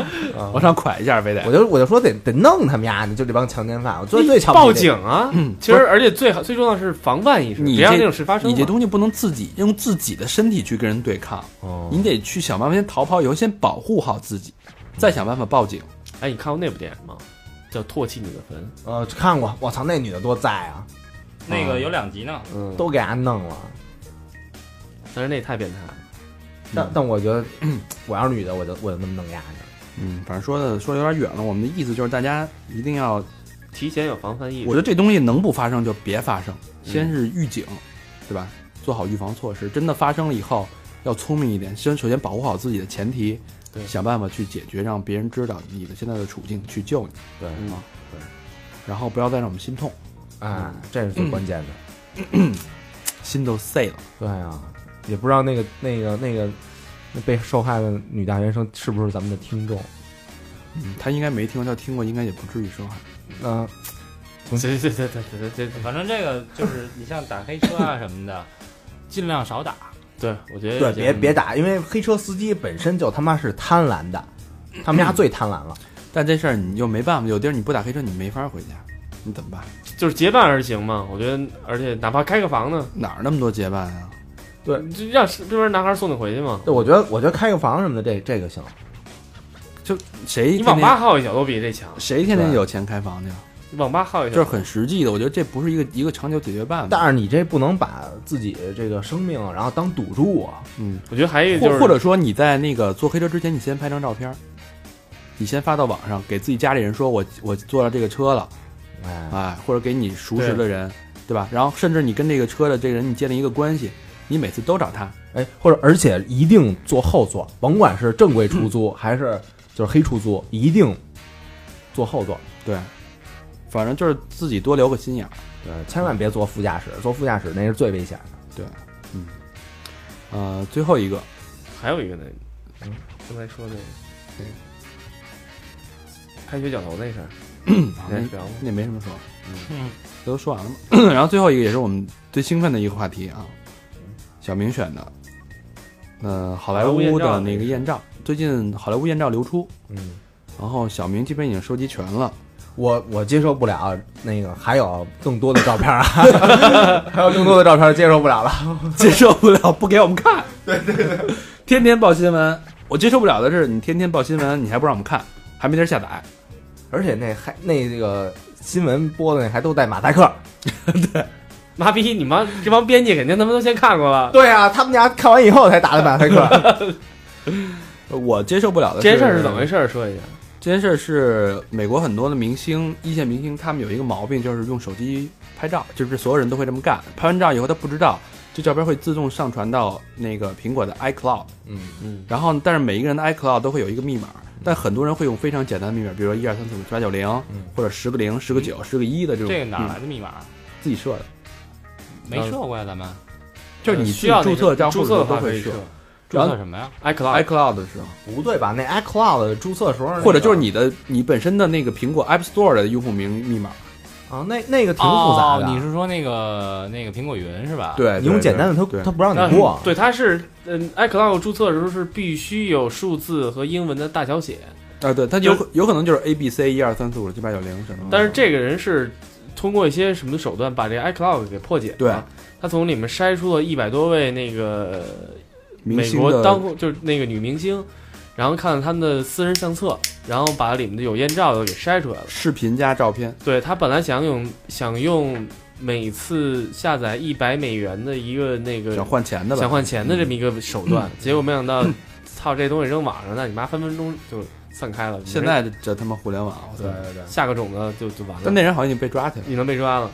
Speaker 2: 往上拐一下，非
Speaker 3: 我
Speaker 2: 得。
Speaker 3: 就我就说得得弄他们丫的，就这帮强奸犯，我
Speaker 2: 哎
Speaker 3: 最最瞧不起
Speaker 5: 报
Speaker 3: 这
Speaker 5: 警啊！
Speaker 2: 嗯
Speaker 5: 其实而且最好最重要的是防范意识，
Speaker 2: 你
Speaker 5: 别让
Speaker 2: 这
Speaker 5: 这种事发生
Speaker 2: 你
Speaker 5: 嘛。
Speaker 2: 这东西不能自己用自己的身体去跟人对抗，
Speaker 3: 哦
Speaker 2: 你得去想办法先逃跑，以后先保护好自己，再想办法报警。
Speaker 5: 哎，你看过那部电影吗？叫唾弃你的坟，
Speaker 3: 呃，看过，我操，那女的多在啊，
Speaker 6: 那个有两集呢，
Speaker 5: 嗯，
Speaker 3: 都给俺弄了。
Speaker 5: 但是那也太变态了，
Speaker 3: 但但我觉得， [clears throat] 我要是女的，我就我就那么弄丫的。
Speaker 2: 嗯，反正说的说的有点远了，我们的意思就是大家一定要，
Speaker 5: 提前有防范意识。
Speaker 2: 我觉得这东西能不发生就别发生，
Speaker 5: 嗯
Speaker 2: 先是预警，对吧？做好预防措施，真的发生了以后要聪明一点，先首先保护好自己的前提，
Speaker 5: 对
Speaker 2: 想办法去解决，让别人知道你的现在的处境，去救你，
Speaker 3: 对
Speaker 2: 嗯，然后不要再让我们心痛，
Speaker 3: 哎，这是最关键的。
Speaker 2: 心都碎了。
Speaker 3: 对啊，也不知道那个那个那个那被受害的女大学生是不是咱们的听众？
Speaker 2: 嗯，他应该没听过，他听过应该也不至于说话。
Speaker 3: 嗯、
Speaker 5: [laughs] 对对对对对对对
Speaker 4: 反正这个就是你像打黑车啊什么的，尽量少打。
Speaker 5: 对，我觉得
Speaker 3: 对，
Speaker 5: 这
Speaker 3: 别别打，因为黑车司机本身就他妈是贪婪 [clears throat] 的，他们家最贪婪了。
Speaker 2: 但这事儿你又没办法，有地儿你不打黑车，你没法回家，你怎么办？
Speaker 5: 就是结伴而行嘛。我觉得，而且哪怕开个房呢，
Speaker 2: 哪儿那么多结伴啊？
Speaker 3: 对
Speaker 5: 你就让身边男孩送你回去嘛。
Speaker 3: 对，我觉得我觉得开个房什么的，这这个行。
Speaker 2: 谁
Speaker 5: 你
Speaker 2: 天
Speaker 5: 网
Speaker 2: 天
Speaker 5: 吧耗一宿都比这强，
Speaker 2: 谁天天
Speaker 3: 对
Speaker 2: 有钱开房去啊？
Speaker 5: 网吧耗一
Speaker 2: 这
Speaker 5: 宿
Speaker 2: 是。很实际的，我觉得这不是一个一个长久解决办法。
Speaker 3: 但是你这不能把自己这个生命然后当赌注啊！
Speaker 2: 嗯，
Speaker 5: 我觉得还有一个就
Speaker 2: 或
Speaker 5: 是，
Speaker 2: 或者说你在那个坐黑车之前，你先拍张照片儿，你先发到网上，给自己家里人说我我坐了这个车了，
Speaker 3: 哎，
Speaker 2: 哎，或者给你熟识的人，对吧？然后甚至你跟这个车的这个人你建立一个关系，你每次都找他，
Speaker 3: 哎，或者而且一定坐后座，甭管是正规出租、还是就是黑出租，一定坐后座。
Speaker 2: 对，反正就是自己多留个心眼儿。
Speaker 3: 对，千万别坐副驾驶，坐副驾驶那是最危险的。
Speaker 2: 呃，最后一个，
Speaker 5: 还有一个呢，
Speaker 2: 嗯
Speaker 5: 刚才说那个，开学绞头那事儿，
Speaker 2: 啊
Speaker 5: 你
Speaker 2: 那
Speaker 5: 还聊吗？
Speaker 2: 那没什么说，
Speaker 4: 嗯，
Speaker 2: 都说完了嘛。然后最后一个也是我们最兴奋的一个话题啊，小明选的，呃，好莱
Speaker 5: 好莱坞艳
Speaker 2: 坞
Speaker 5: 照
Speaker 2: 的那个艳照，最近好莱坞艳照流出，
Speaker 3: 嗯，
Speaker 2: 然后小明基本已经收集全了，
Speaker 3: 我我接受不了那个，还有更多的照片啊， [laughs] 还有更多的照片接受不了了。
Speaker 2: 接受不了不给我们看，对对对，天天报新闻，我接受不了的是你天天报新闻，你还不让我们看，还没地儿下载，
Speaker 3: 而且那还那这个新闻播的那还都带马赛克。
Speaker 5: 妈逼，你妈这帮编辑肯定他们都先看过了，
Speaker 3: 对啊，他们家看完以后才打的马赛 [laughs] 克。
Speaker 2: 我接受不了的
Speaker 5: 这件事儿是怎么回事儿？说一下。
Speaker 2: 这件事儿是美国很多的明星，一线明星，他们有一个毛病，就是用手机拍照，就是所有人都会这么干。拍完照以后，他不知道这照片会自动上传到那个苹果的 iCloud，
Speaker 3: 嗯，
Speaker 5: 嗯，
Speaker 2: 然后但是每一个人的 iCloud 都会有一个密码，但很多人会用非常简单的密码，比如说一二三四五七八九零
Speaker 3: 嗯，
Speaker 2: 或者十个零、十个九、十个一的这种。
Speaker 4: 这个哪儿
Speaker 2: 嗯
Speaker 4: 来的密码？
Speaker 2: 自己设的？
Speaker 4: 没设过呀，咱们
Speaker 2: 就是你
Speaker 5: 需要
Speaker 2: 自己注册账户
Speaker 5: 注册的话
Speaker 2: 都会
Speaker 5: 可以
Speaker 2: 设
Speaker 5: 设
Speaker 4: 注
Speaker 2: 然后
Speaker 4: 册什么呀？
Speaker 5: iCloud
Speaker 2: iCloud 的时候，
Speaker 3: 不对吧？那 iCloud 注册时候那个，
Speaker 2: 或者就是你的你本身的那个苹果 App Store 的用户名密码，
Speaker 3: 啊，那那个挺复杂的。
Speaker 4: 哦你是说那个那个苹果云是吧？，
Speaker 2: 对，
Speaker 3: 你用
Speaker 2: 对
Speaker 3: 简单的，
Speaker 2: 对
Speaker 3: 他他不让
Speaker 5: 但
Speaker 3: 你
Speaker 2: 啊
Speaker 3: 过。
Speaker 5: 嗯对，它是嗯，iCloud 注册的时候是必须有数字和英文的大小写，
Speaker 2: 啊，对，它有可有可能就是 A B C 一二三四五六七八九零什么的，
Speaker 5: 但是这个人是通过一些什么手段把这个 iCloud 给破解的。
Speaker 2: 对
Speaker 5: 他从里面筛出了一百多位那个
Speaker 2: 明
Speaker 5: 美
Speaker 2: 星
Speaker 5: 国
Speaker 2: 的
Speaker 5: 当红就是那个女明星，然后看了他们的私人相册，然后把里面的有艳照的给筛出来了。
Speaker 2: 视频加照片，
Speaker 5: 对他本来想用想用每次下载一百美元的一个那个
Speaker 2: 想换钱的吧？嗯
Speaker 5: 想换钱的这么一个手段，结果没想到，操这东西扔网上，那你妈分分钟就散开了。
Speaker 2: 现在这他妈互联网，我操
Speaker 3: 对！对对，
Speaker 5: 下个种子就就完
Speaker 2: 但
Speaker 5: 了，
Speaker 2: 那人好像已经被抓起来了，
Speaker 5: 你能被抓了。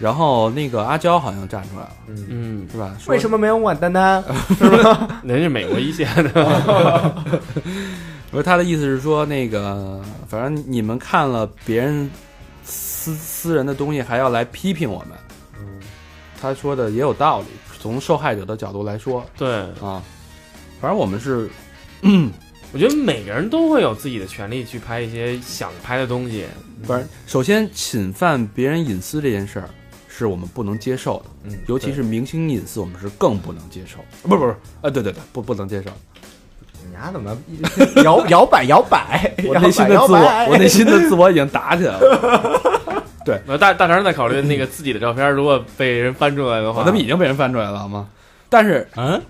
Speaker 2: 然后那个阿娇好像站出来了，
Speaker 5: 嗯，
Speaker 2: 是吧？说
Speaker 3: 为什么没有我丹 [laughs] 丹？
Speaker 5: 人是美国一线
Speaker 2: [laughs]
Speaker 5: 的，
Speaker 2: 不是他的意思是说那个，反正你们看了别人私私人的东西，还要来批评我们。
Speaker 5: 嗯
Speaker 2: 他说的也有道理，从受害者的角度来说
Speaker 5: 对，
Speaker 2: 啊，反正我们是
Speaker 5: 我觉得每个人都会有自己的权利去拍一些想拍的东西。
Speaker 2: 不是，首先侵犯别人隐私这件事儿是我们不能接受的，
Speaker 3: 嗯
Speaker 2: 尤其是明星隐私，我们是更不能接受。不不是，啊，对对对，不不能
Speaker 3: [laughs]
Speaker 2: 接受。
Speaker 3: 你丫怎么 [laughs] 摇摇摆摇摆？
Speaker 2: 我内心的
Speaker 3: 摇
Speaker 2: 自
Speaker 3: 摆
Speaker 2: 我，我内心的自我已经打起来
Speaker 3: [laughs]
Speaker 2: 了，
Speaker 5: 呃，大大肠在考虑那个自己的照片，如果被人翻出来的话，
Speaker 2: 我他妈已经被人翻出来了好吗？但是，
Speaker 4: 嗯，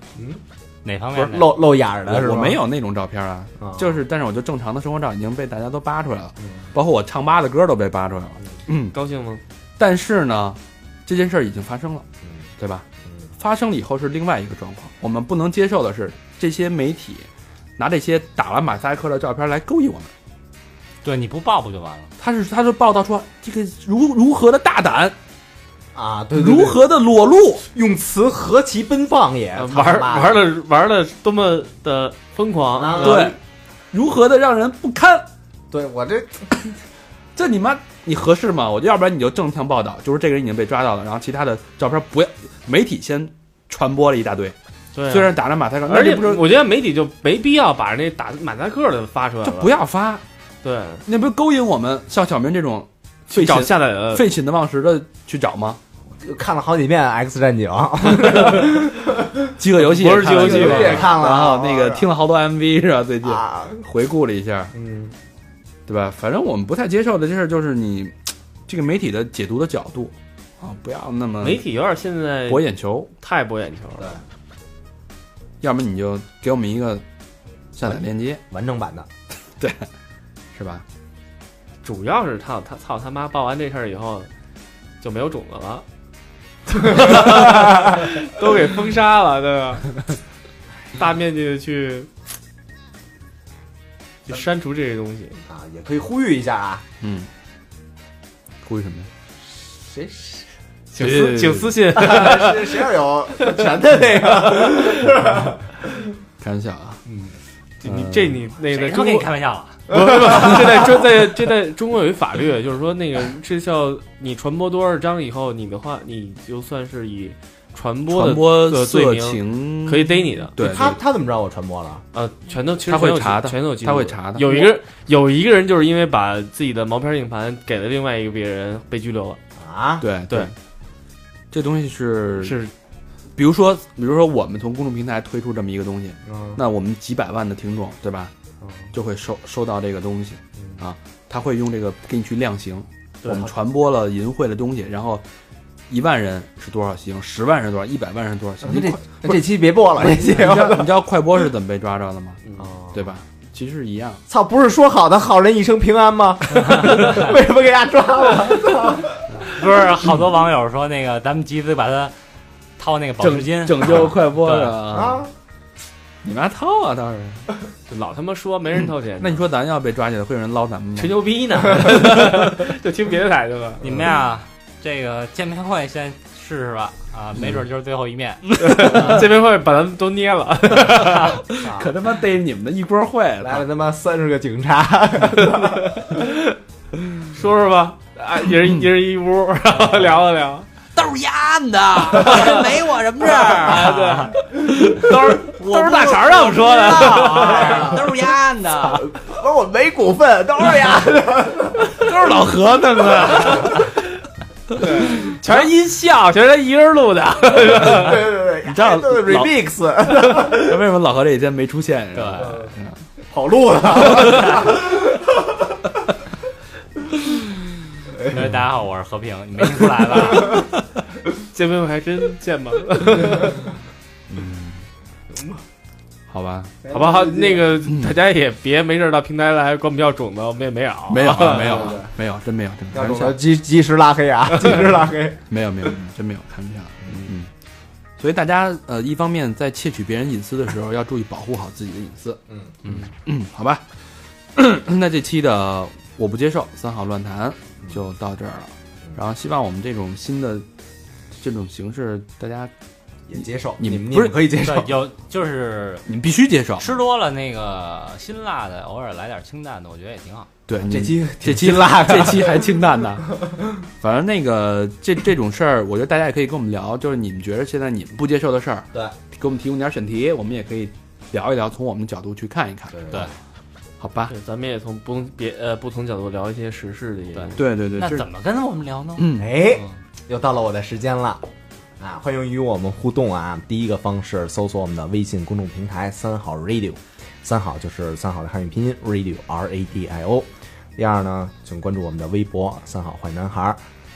Speaker 4: 哪方
Speaker 3: 不
Speaker 4: 面
Speaker 3: 是
Speaker 4: 的？
Speaker 3: 露露眼儿的是
Speaker 2: 我
Speaker 3: 吧？
Speaker 2: 我没有那种照片啊，
Speaker 3: 啊，嗯
Speaker 2: 就是但是我就正常的生活照已经被大家都扒出来了，包括我唱吧的歌都被扒出来了。嗯，
Speaker 5: 高兴吗？
Speaker 2: 但是呢，这件事儿已经发生了，
Speaker 3: 嗯
Speaker 2: 对吧？
Speaker 3: 嗯
Speaker 2: 发生了以后是另外一个状况，我们不能接受的是这些媒体拿这些打完马赛克的照片来勾引我们。
Speaker 4: 对，你不报不就完了？
Speaker 2: 他是他就报道说这个如如何的大胆，
Speaker 3: 啊，对，对对
Speaker 2: 如何的裸露，
Speaker 3: 用词何其奔放
Speaker 2: 哎
Speaker 3: 也，
Speaker 5: 呃
Speaker 3: 操
Speaker 5: 玩
Speaker 3: 他妈
Speaker 5: 玩的玩的多么的疯狂
Speaker 3: 啊！
Speaker 5: 呃
Speaker 2: 对，如何的让人不堪。
Speaker 3: 对我这
Speaker 2: 这你妈你合适吗？我要不然你就正向报道，就是这个人已经被抓到了，然后其他的照片不要媒体先传播了一大堆，
Speaker 5: 对啊，
Speaker 2: 虽然打着马赛克，
Speaker 5: 而且
Speaker 2: 那就不是
Speaker 5: 我觉得媒体就没必要把那打马赛克的发出来
Speaker 2: 就
Speaker 5: 了，
Speaker 2: 不要发，
Speaker 5: 对
Speaker 2: 那不是勾引我们像小明这种废
Speaker 5: 去找
Speaker 2: 寝
Speaker 5: 下载的
Speaker 2: 废寝的呃忘食的去找吗？
Speaker 3: 看了好几遍《X 战警》，啊
Speaker 2: 饥饿游戏
Speaker 5: 不是饥饿游戏
Speaker 2: 也看了
Speaker 5: 吧
Speaker 3: 也看了
Speaker 2: 然后那个
Speaker 3: 啊
Speaker 2: 听了好多 MV 是吧？最近
Speaker 3: 啊，
Speaker 2: 回顾了一下，
Speaker 3: 嗯
Speaker 2: 对吧？反正我们不太接受的这事儿就是你这个媒体的解读的角度啊，不要那么
Speaker 5: 媒体有点现在
Speaker 2: 博眼球，
Speaker 5: 太博眼球了。
Speaker 2: 要么你就给我们一个下载链接，
Speaker 3: 完整版的，
Speaker 2: 是吧？
Speaker 5: 主要是他他操他妈报完这事儿以后就没有种子了，都给封杀了，对吧？大面积的去去删除这些东西，
Speaker 3: 啊，也可以呼吁一下啊，
Speaker 2: 嗯，呼吁什么呀？
Speaker 3: [laughs] 谁谁
Speaker 5: 请
Speaker 2: 对对
Speaker 5: 私
Speaker 2: 对
Speaker 5: 请私信。
Speaker 3: 谁谁要有权的那个，
Speaker 2: 开玩笑啊，
Speaker 5: 你这你那个
Speaker 4: 谁他
Speaker 5: 中
Speaker 4: 妈跟你
Speaker 5: 国
Speaker 4: 开玩笑啊？
Speaker 5: 不是不是， [laughs] 这在这在这在中国有一法律，就是说那个这叫你传播多少章以后，你的话你就算是以传播
Speaker 2: 传
Speaker 5: 的
Speaker 2: 播
Speaker 5: 的罪
Speaker 2: 色
Speaker 5: 名
Speaker 2: 情
Speaker 5: 可以逮你的，
Speaker 2: 对，对
Speaker 3: 他他怎么知道我传播了？
Speaker 5: 呃，全都其实
Speaker 2: 他会
Speaker 5: 全都有
Speaker 2: 查的
Speaker 5: 全都有记
Speaker 2: 他
Speaker 5: 录
Speaker 2: 会查的
Speaker 5: 有一个有一个人就是因为把自己的毛片硬盘给了另外一个别人，被拘留了。
Speaker 3: 啊，
Speaker 2: 对
Speaker 5: 对，
Speaker 2: 这东西是，
Speaker 5: 是，
Speaker 2: 比如说，比如说我们从公众平台推出这么一个东西，
Speaker 3: 嗯
Speaker 2: 那我们几百万的听众，对吧？就会收收到这个东西啊，他会用这个给你去量刑。
Speaker 5: 对
Speaker 2: 我们传播了淫秽的东西，然后一万人是多少刑，十万人是多少，一百万人是多 [laughs] 少刑？
Speaker 3: 那
Speaker 2: 你
Speaker 3: 这
Speaker 2: 快
Speaker 3: 那这期别播了，这期
Speaker 2: 你知道你知道快播是怎么被抓着的吗？
Speaker 3: 哦
Speaker 2: 对吧？其实一样。
Speaker 3: 操，不是说好的好人一生平安吗？为什么给大家抓了？
Speaker 4: 不是，好多网友说那个，咱们集资把它掏那个保释金，
Speaker 2: 拯
Speaker 4: [laughs]
Speaker 2: 救快播
Speaker 4: 对
Speaker 2: 的啊！
Speaker 3: 啊，
Speaker 2: 你妈掏啊，倒是。
Speaker 5: 就老他妈说没人掏钱，
Speaker 2: 那你说咱要被抓起来，会有人捞咱们吗
Speaker 5: 吹？牛逼呢？ [laughs] 就听别的台去吧。
Speaker 4: 你们呀，这个见面会先试试吧，啊，没准就是最后一面。
Speaker 5: 这边会把咱们都捏了，
Speaker 2: 可他妈逮你们的一锅会了，
Speaker 3: 来了他妈三十个警察，
Speaker 5: [laughs] 说说吧。啊，一人一人一屋，然后聊了聊。
Speaker 2: 都是暗的， [laughs] 没我什么事儿，
Speaker 4: [laughs]
Speaker 5: 啊，对， [laughs] 都是都是大肠让我们说的。
Speaker 2: 都是暗的，
Speaker 3: 我说我没股份，都是呀，
Speaker 5: 都是老何弄的，对，全是音效，全是他一人录的。
Speaker 3: [laughs] 对对对，哎
Speaker 2: 你知道
Speaker 3: 都是
Speaker 2: 老
Speaker 3: remix
Speaker 2: 为什么老何这几天没出现？ [laughs] 是吧？
Speaker 3: 跑路了，
Speaker 4: 大家好，我是和平，你没听出来吧？
Speaker 5: [laughs] 见面我还真见吗？
Speaker 2: 好吧，
Speaker 5: [laughs] 好吧， [laughs] 好那个大家也别没事儿到平台来管我们要种子，我们也没有，
Speaker 2: 没
Speaker 3: [laughs]
Speaker 2: 有啊，没有
Speaker 3: 对对
Speaker 2: 啊，没有，真没有，真没有，
Speaker 3: 哦要
Speaker 2: 开玩
Speaker 3: 懂得
Speaker 2: 笑，
Speaker 3: 及及时拉黑啊，及时拉黑，
Speaker 2: 没有，没有，没有真没有，开玩笑，嗯。所以大家呃，一方面在窃取别人隐私的时候，要注意保护好自己的隐私。
Speaker 3: 嗯
Speaker 2: 嗯嗯，好吧。 [clears throat] 那这期的我不接受三好乱谈
Speaker 3: 嗯
Speaker 2: 就到这儿了。然后希望我们这种新的这种形式，大家
Speaker 3: [laughs] 也接受，
Speaker 2: 你
Speaker 3: 们
Speaker 2: 不是
Speaker 3: 你们可以接受
Speaker 4: 对，有就是
Speaker 2: 你们必须接受。
Speaker 4: 吃多了那个辛辣的，偶尔来点清淡的，我觉得也挺好。
Speaker 2: 对，你们
Speaker 3: [laughs] 这期
Speaker 2: 嗯这期
Speaker 3: [laughs]
Speaker 2: 辣，这期还清淡呢。反正那个这这种事儿，我觉得大家也可以跟我们聊，就是你们觉得现在你们不接受的事儿，
Speaker 3: 对，
Speaker 2: 给我们提供点选题，我们也可以聊一聊，从我们的角度去看一看，
Speaker 3: 对
Speaker 4: 对
Speaker 2: 好吧？
Speaker 5: 对，咱们也从不同别呃不同角度聊一些时事的一些
Speaker 4: 对
Speaker 2: 对对对，
Speaker 4: 那
Speaker 2: 这
Speaker 4: 怎么跟我们聊呢？
Speaker 2: 嗯，
Speaker 3: 哎
Speaker 4: 嗯，
Speaker 3: 又到了我的时间了。啊，欢迎与我们互动啊！第一个方式，搜索我们的微信公众平台“三好 radio”，三好就是三好的汉语拼音 radio r a d i o。第二呢，请关注我们的微博“三好坏男孩”，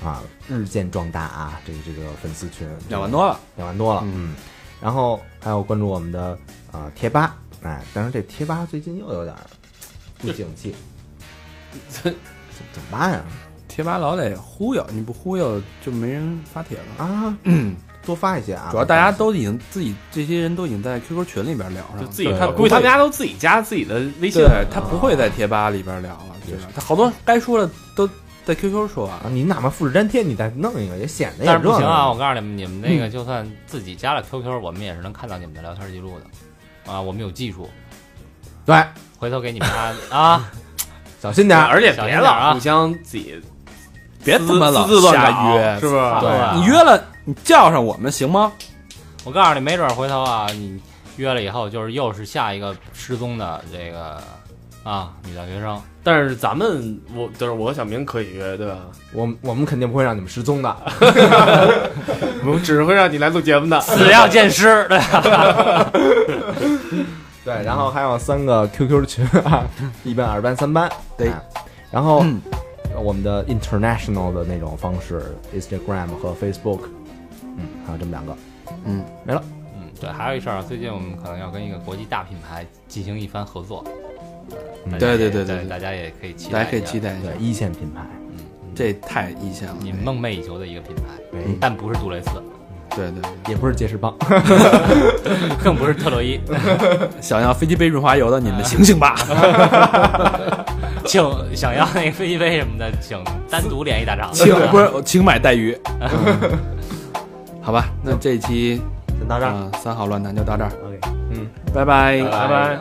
Speaker 3: 啊，日渐壮大啊！这个这个粉丝群
Speaker 2: 两万多了，
Speaker 3: 两万多了，
Speaker 2: 嗯，
Speaker 3: 然后还有关注我们的啊贴吧，哎，但是这贴吧最近又有点儿不景气，
Speaker 5: 这
Speaker 3: 怎怎么办呀？
Speaker 2: 贴吧老得忽悠，你不忽悠就没人发帖了。
Speaker 3: 啊，多发一些啊，
Speaker 2: 主要大家都已经自己这些人都已经在 QQ 群里边聊上了，
Speaker 5: 就自己
Speaker 4: 对
Speaker 5: 他，
Speaker 4: 我
Speaker 5: 估计他们家都自己加自己的微信，
Speaker 2: 对他不会在贴吧里边聊了，对吧？他好多该说的都在 QQ 说完
Speaker 3: 啊，你哪怕复制粘贴，你再弄一个也显得也
Speaker 4: 但是不
Speaker 3: 热
Speaker 4: 行啊！
Speaker 3: 闹。
Speaker 4: 我告诉你们，你们那个就算自己加了 QQ，我们也是能看到你们的聊天记录的，啊，我们有技术，
Speaker 3: 对，
Speaker 4: 回头给你们发啊，
Speaker 3: 小心点儿。
Speaker 5: 而且
Speaker 4: 小
Speaker 5: 别
Speaker 4: 心点啊
Speaker 5: 老互相自己
Speaker 2: 别他妈老
Speaker 5: 私自乱
Speaker 2: 瞎
Speaker 5: 搞
Speaker 2: 约
Speaker 5: 是不是？
Speaker 4: 对啊
Speaker 2: 你约了，你叫上我们行吗？
Speaker 4: 我告诉你，没准儿回头啊，你约了以后，就是又是下一个失踪的这个啊女大学生，
Speaker 5: 但是咱们我就是我和小明可以约，对吧？
Speaker 3: 我们我们肯定不会让你们失踪的。
Speaker 5: 我们只会让你来录节目的。
Speaker 4: 死要见尸，对，
Speaker 3: 对，然后还有三个 QQ 群啊， [laughs] 一班、二班、三班。
Speaker 2: 对
Speaker 3: 哎，然后
Speaker 2: 嗯
Speaker 3: 我们的 international 的那种方式，Instagram 和 Facebook，嗯，还有这么两个。
Speaker 2: 嗯，
Speaker 3: 没了。
Speaker 4: 嗯，对，还有一事儿啊，最近我们可能要跟一个国际大品牌进行一番合作，嗯大家也
Speaker 2: 对对对对对
Speaker 4: 大家也可以期待，
Speaker 2: 大家可以期，待一下
Speaker 3: 对，，一线品牌，
Speaker 2: 这太意向了。
Speaker 4: 你们梦寐以求的一个品牌，
Speaker 3: 对，
Speaker 4: 但不是杜蕾斯，
Speaker 2: 对对，对
Speaker 3: 也不是杰士邦。
Speaker 4: 更不是特洛伊， [laughs]
Speaker 2: 想要飞机杯润滑油的，你们醒醒吧！
Speaker 4: 啊请想要那个飞机杯什么的，请单独联系大厂，
Speaker 2: [laughs] 请不是，请买带鱼。
Speaker 4: 嗯
Speaker 2: 好吧，那这一期
Speaker 3: 先到这儿。
Speaker 2: 啊三好乱谈就到这儿，
Speaker 3: 嗯，
Speaker 2: 拜拜，
Speaker 5: 拜拜。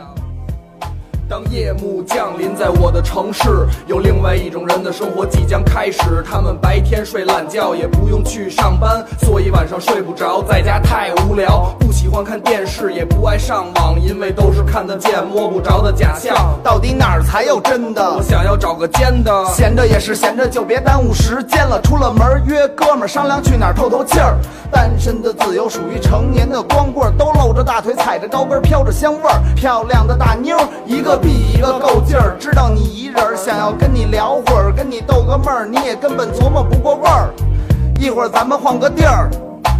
Speaker 7: 当夜幕降临在我的城市，有另外一种人的生活即将开始。他们白天睡懒觉，也不用去上班，所以晚上睡不着，在家太无聊。不喜欢看电视，也不爱上网，因为都是看得见摸不着的假象。
Speaker 8: 到底哪儿才有真
Speaker 7: 我
Speaker 8: 的？
Speaker 7: 想要找个尖的，
Speaker 8: 闲着也是闲着，就别耽误时间了。出了门儿约哥们儿商量去哪儿透透气儿。单身的自由属于成年的光棍儿，都露着大腿，踩着高跟儿，飘着香味儿。漂亮的大妞儿一个比一个够劲儿，知道你一人儿，想要跟你聊会儿，跟你逗个闷儿，你也根本琢磨不过味儿。一会儿咱们换个地儿。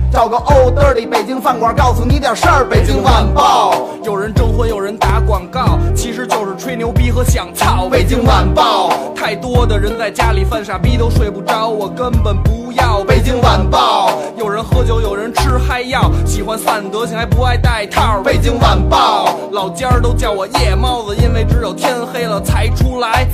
Speaker 8: 找个 old dirty 北京饭馆，告诉你点事儿。北京晚报，
Speaker 7: 有人征婚，有人打广告，其实就是吹牛逼和想操。
Speaker 8: 北京晚报，
Speaker 7: 太多的人在家里犯傻逼都睡不着，我根本不要。
Speaker 8: 北京晚报，
Speaker 7: 有人喝酒，有人吃嗨药，喜欢散德性还不爱戴套。
Speaker 8: 北京晚报。
Speaker 7: 老家儿都叫我夜猫子，因为只有天黑了才出来。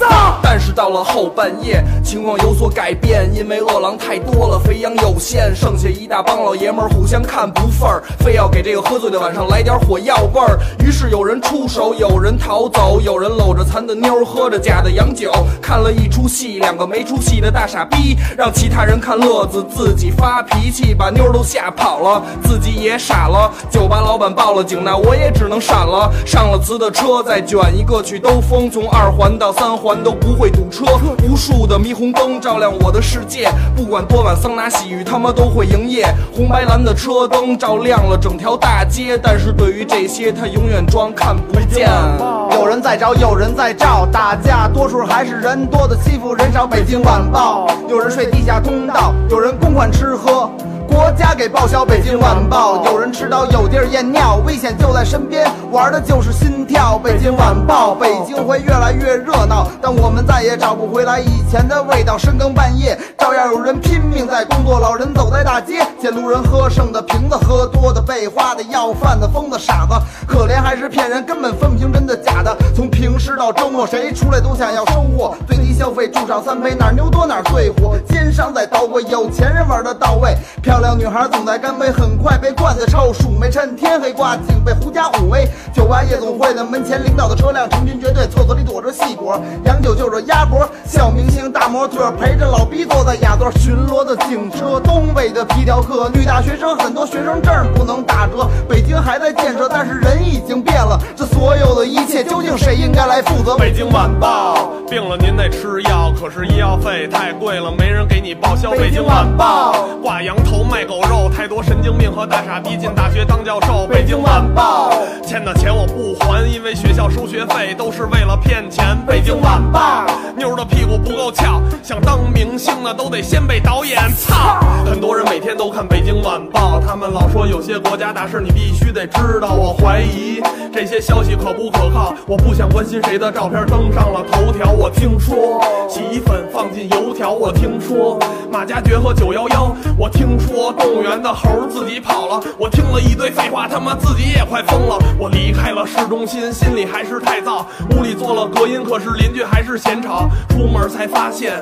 Speaker 7: 但是到了后半夜，情况有所改变，因为饿狼太多了，肥羊有限，剩下一大帮老爷们儿互相看不忿儿，非要给这个喝醉的晚上来点火药味儿。于是有人出手，有人逃走，有人搂着残的妞儿，喝着假的洋酒，看了一出戏，两个没出息的大傻逼，让其他人看乐子，自己发脾气，把妞儿都吓跑了，自己也傻了。酒吧老板报了警，那我也只能闪了。上了词的车，再卷一个去兜风，从二环到三环都不会堵车。无数的霓虹灯照亮我的世界，不管多晚，桑拿洗浴他妈都会营业。红白蓝的车灯照亮了整条大街，但是对于这些，他永远装看不见。
Speaker 8: 有人在找，有人在照，打架多数还是人多的欺负人少。北京晚报，有人睡地下通道，有人公款吃喝，国家给报销。北京晚报，有人迟到有地儿验尿，危险就在身边，玩的就是心跳。北京晚报，北京会越来越热闹，但我们再也找不回来以前的味道。深更半夜，照样有人拼命在工作，老人走在大街，见路人喝剩的瓶子，喝多的被花的，要饭的疯子傻子，可怜还是骗人，根本分不清真的假的。从平时到周末，谁出来都想要收获，最低消费住少三杯，哪儿牛多哪儿最火，奸商在捣鬼，有钱人玩的到位，漂亮女孩总在干杯，很快被灌得臭，鼠没趁天黑挂警被胡家虎威，酒吧夜总会的门前领导的车辆成群结队，厕所里躲着细果，洋酒就是鸭脖，小明星大模特陪着老逼坐在雅座，巡逻的警车，东北的皮条客，女大学生很多学生证不能打折，北京还在建设，但是人已经变了，这所有的一切究竟谁应该来负责？
Speaker 9: 北京晚报，病了您得吃药，可是医药费太贵了，没人给你报销。
Speaker 8: 北
Speaker 9: 北
Speaker 8: 京
Speaker 9: 京
Speaker 8: 晚
Speaker 9: 晚
Speaker 8: 报
Speaker 9: 报，挂羊头卖狗肉，太多神经病和大傻逼进大学当教授。北京晚报，欠的钱我不还，因为学校收学费都是为了骗钱。北京晚报，妞儿的屁股不够翘，想当明星的都得先被导演操。很多人每天啊都看北京晚报，他们老说有些国家大事你必须得知道，我怀疑。这些消息可不可靠？我不想关心谁的照片登上了头条。我听说洗衣粉放进油条，我听说马加爵和九幺幺，我听说动物园的猴儿自己跑了。我听了一堆废话，他妈自己也快疯了。我离开了市中心，心里还是太燥。屋里做了隔音，可是邻居还是嫌吵。出门才发现，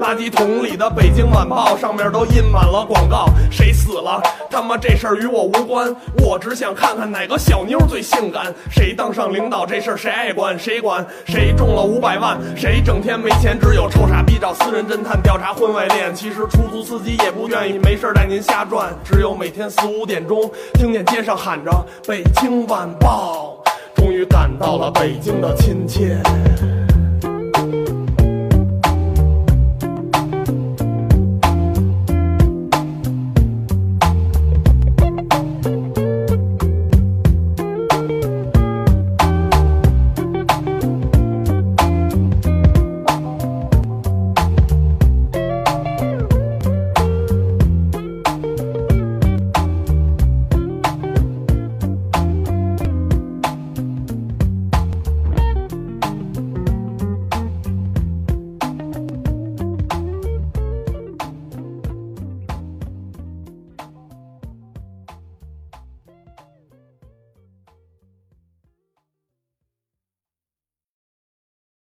Speaker 9: 垃圾桶里的《北京晚报》上面都印满了广告。谁死了？他妈这事儿与我无关。我只想看看哪个小妞最性感。谁当上领导这事儿谁爱管谁管？谁中了五百万？谁整天没钱？只有臭傻逼找私人侦探调查婚外恋。其实出租司机也不愿意没事儿带您瞎转。只有每天四五点钟，听见街上喊着《北京晚报》，终于感到了北京的亲切。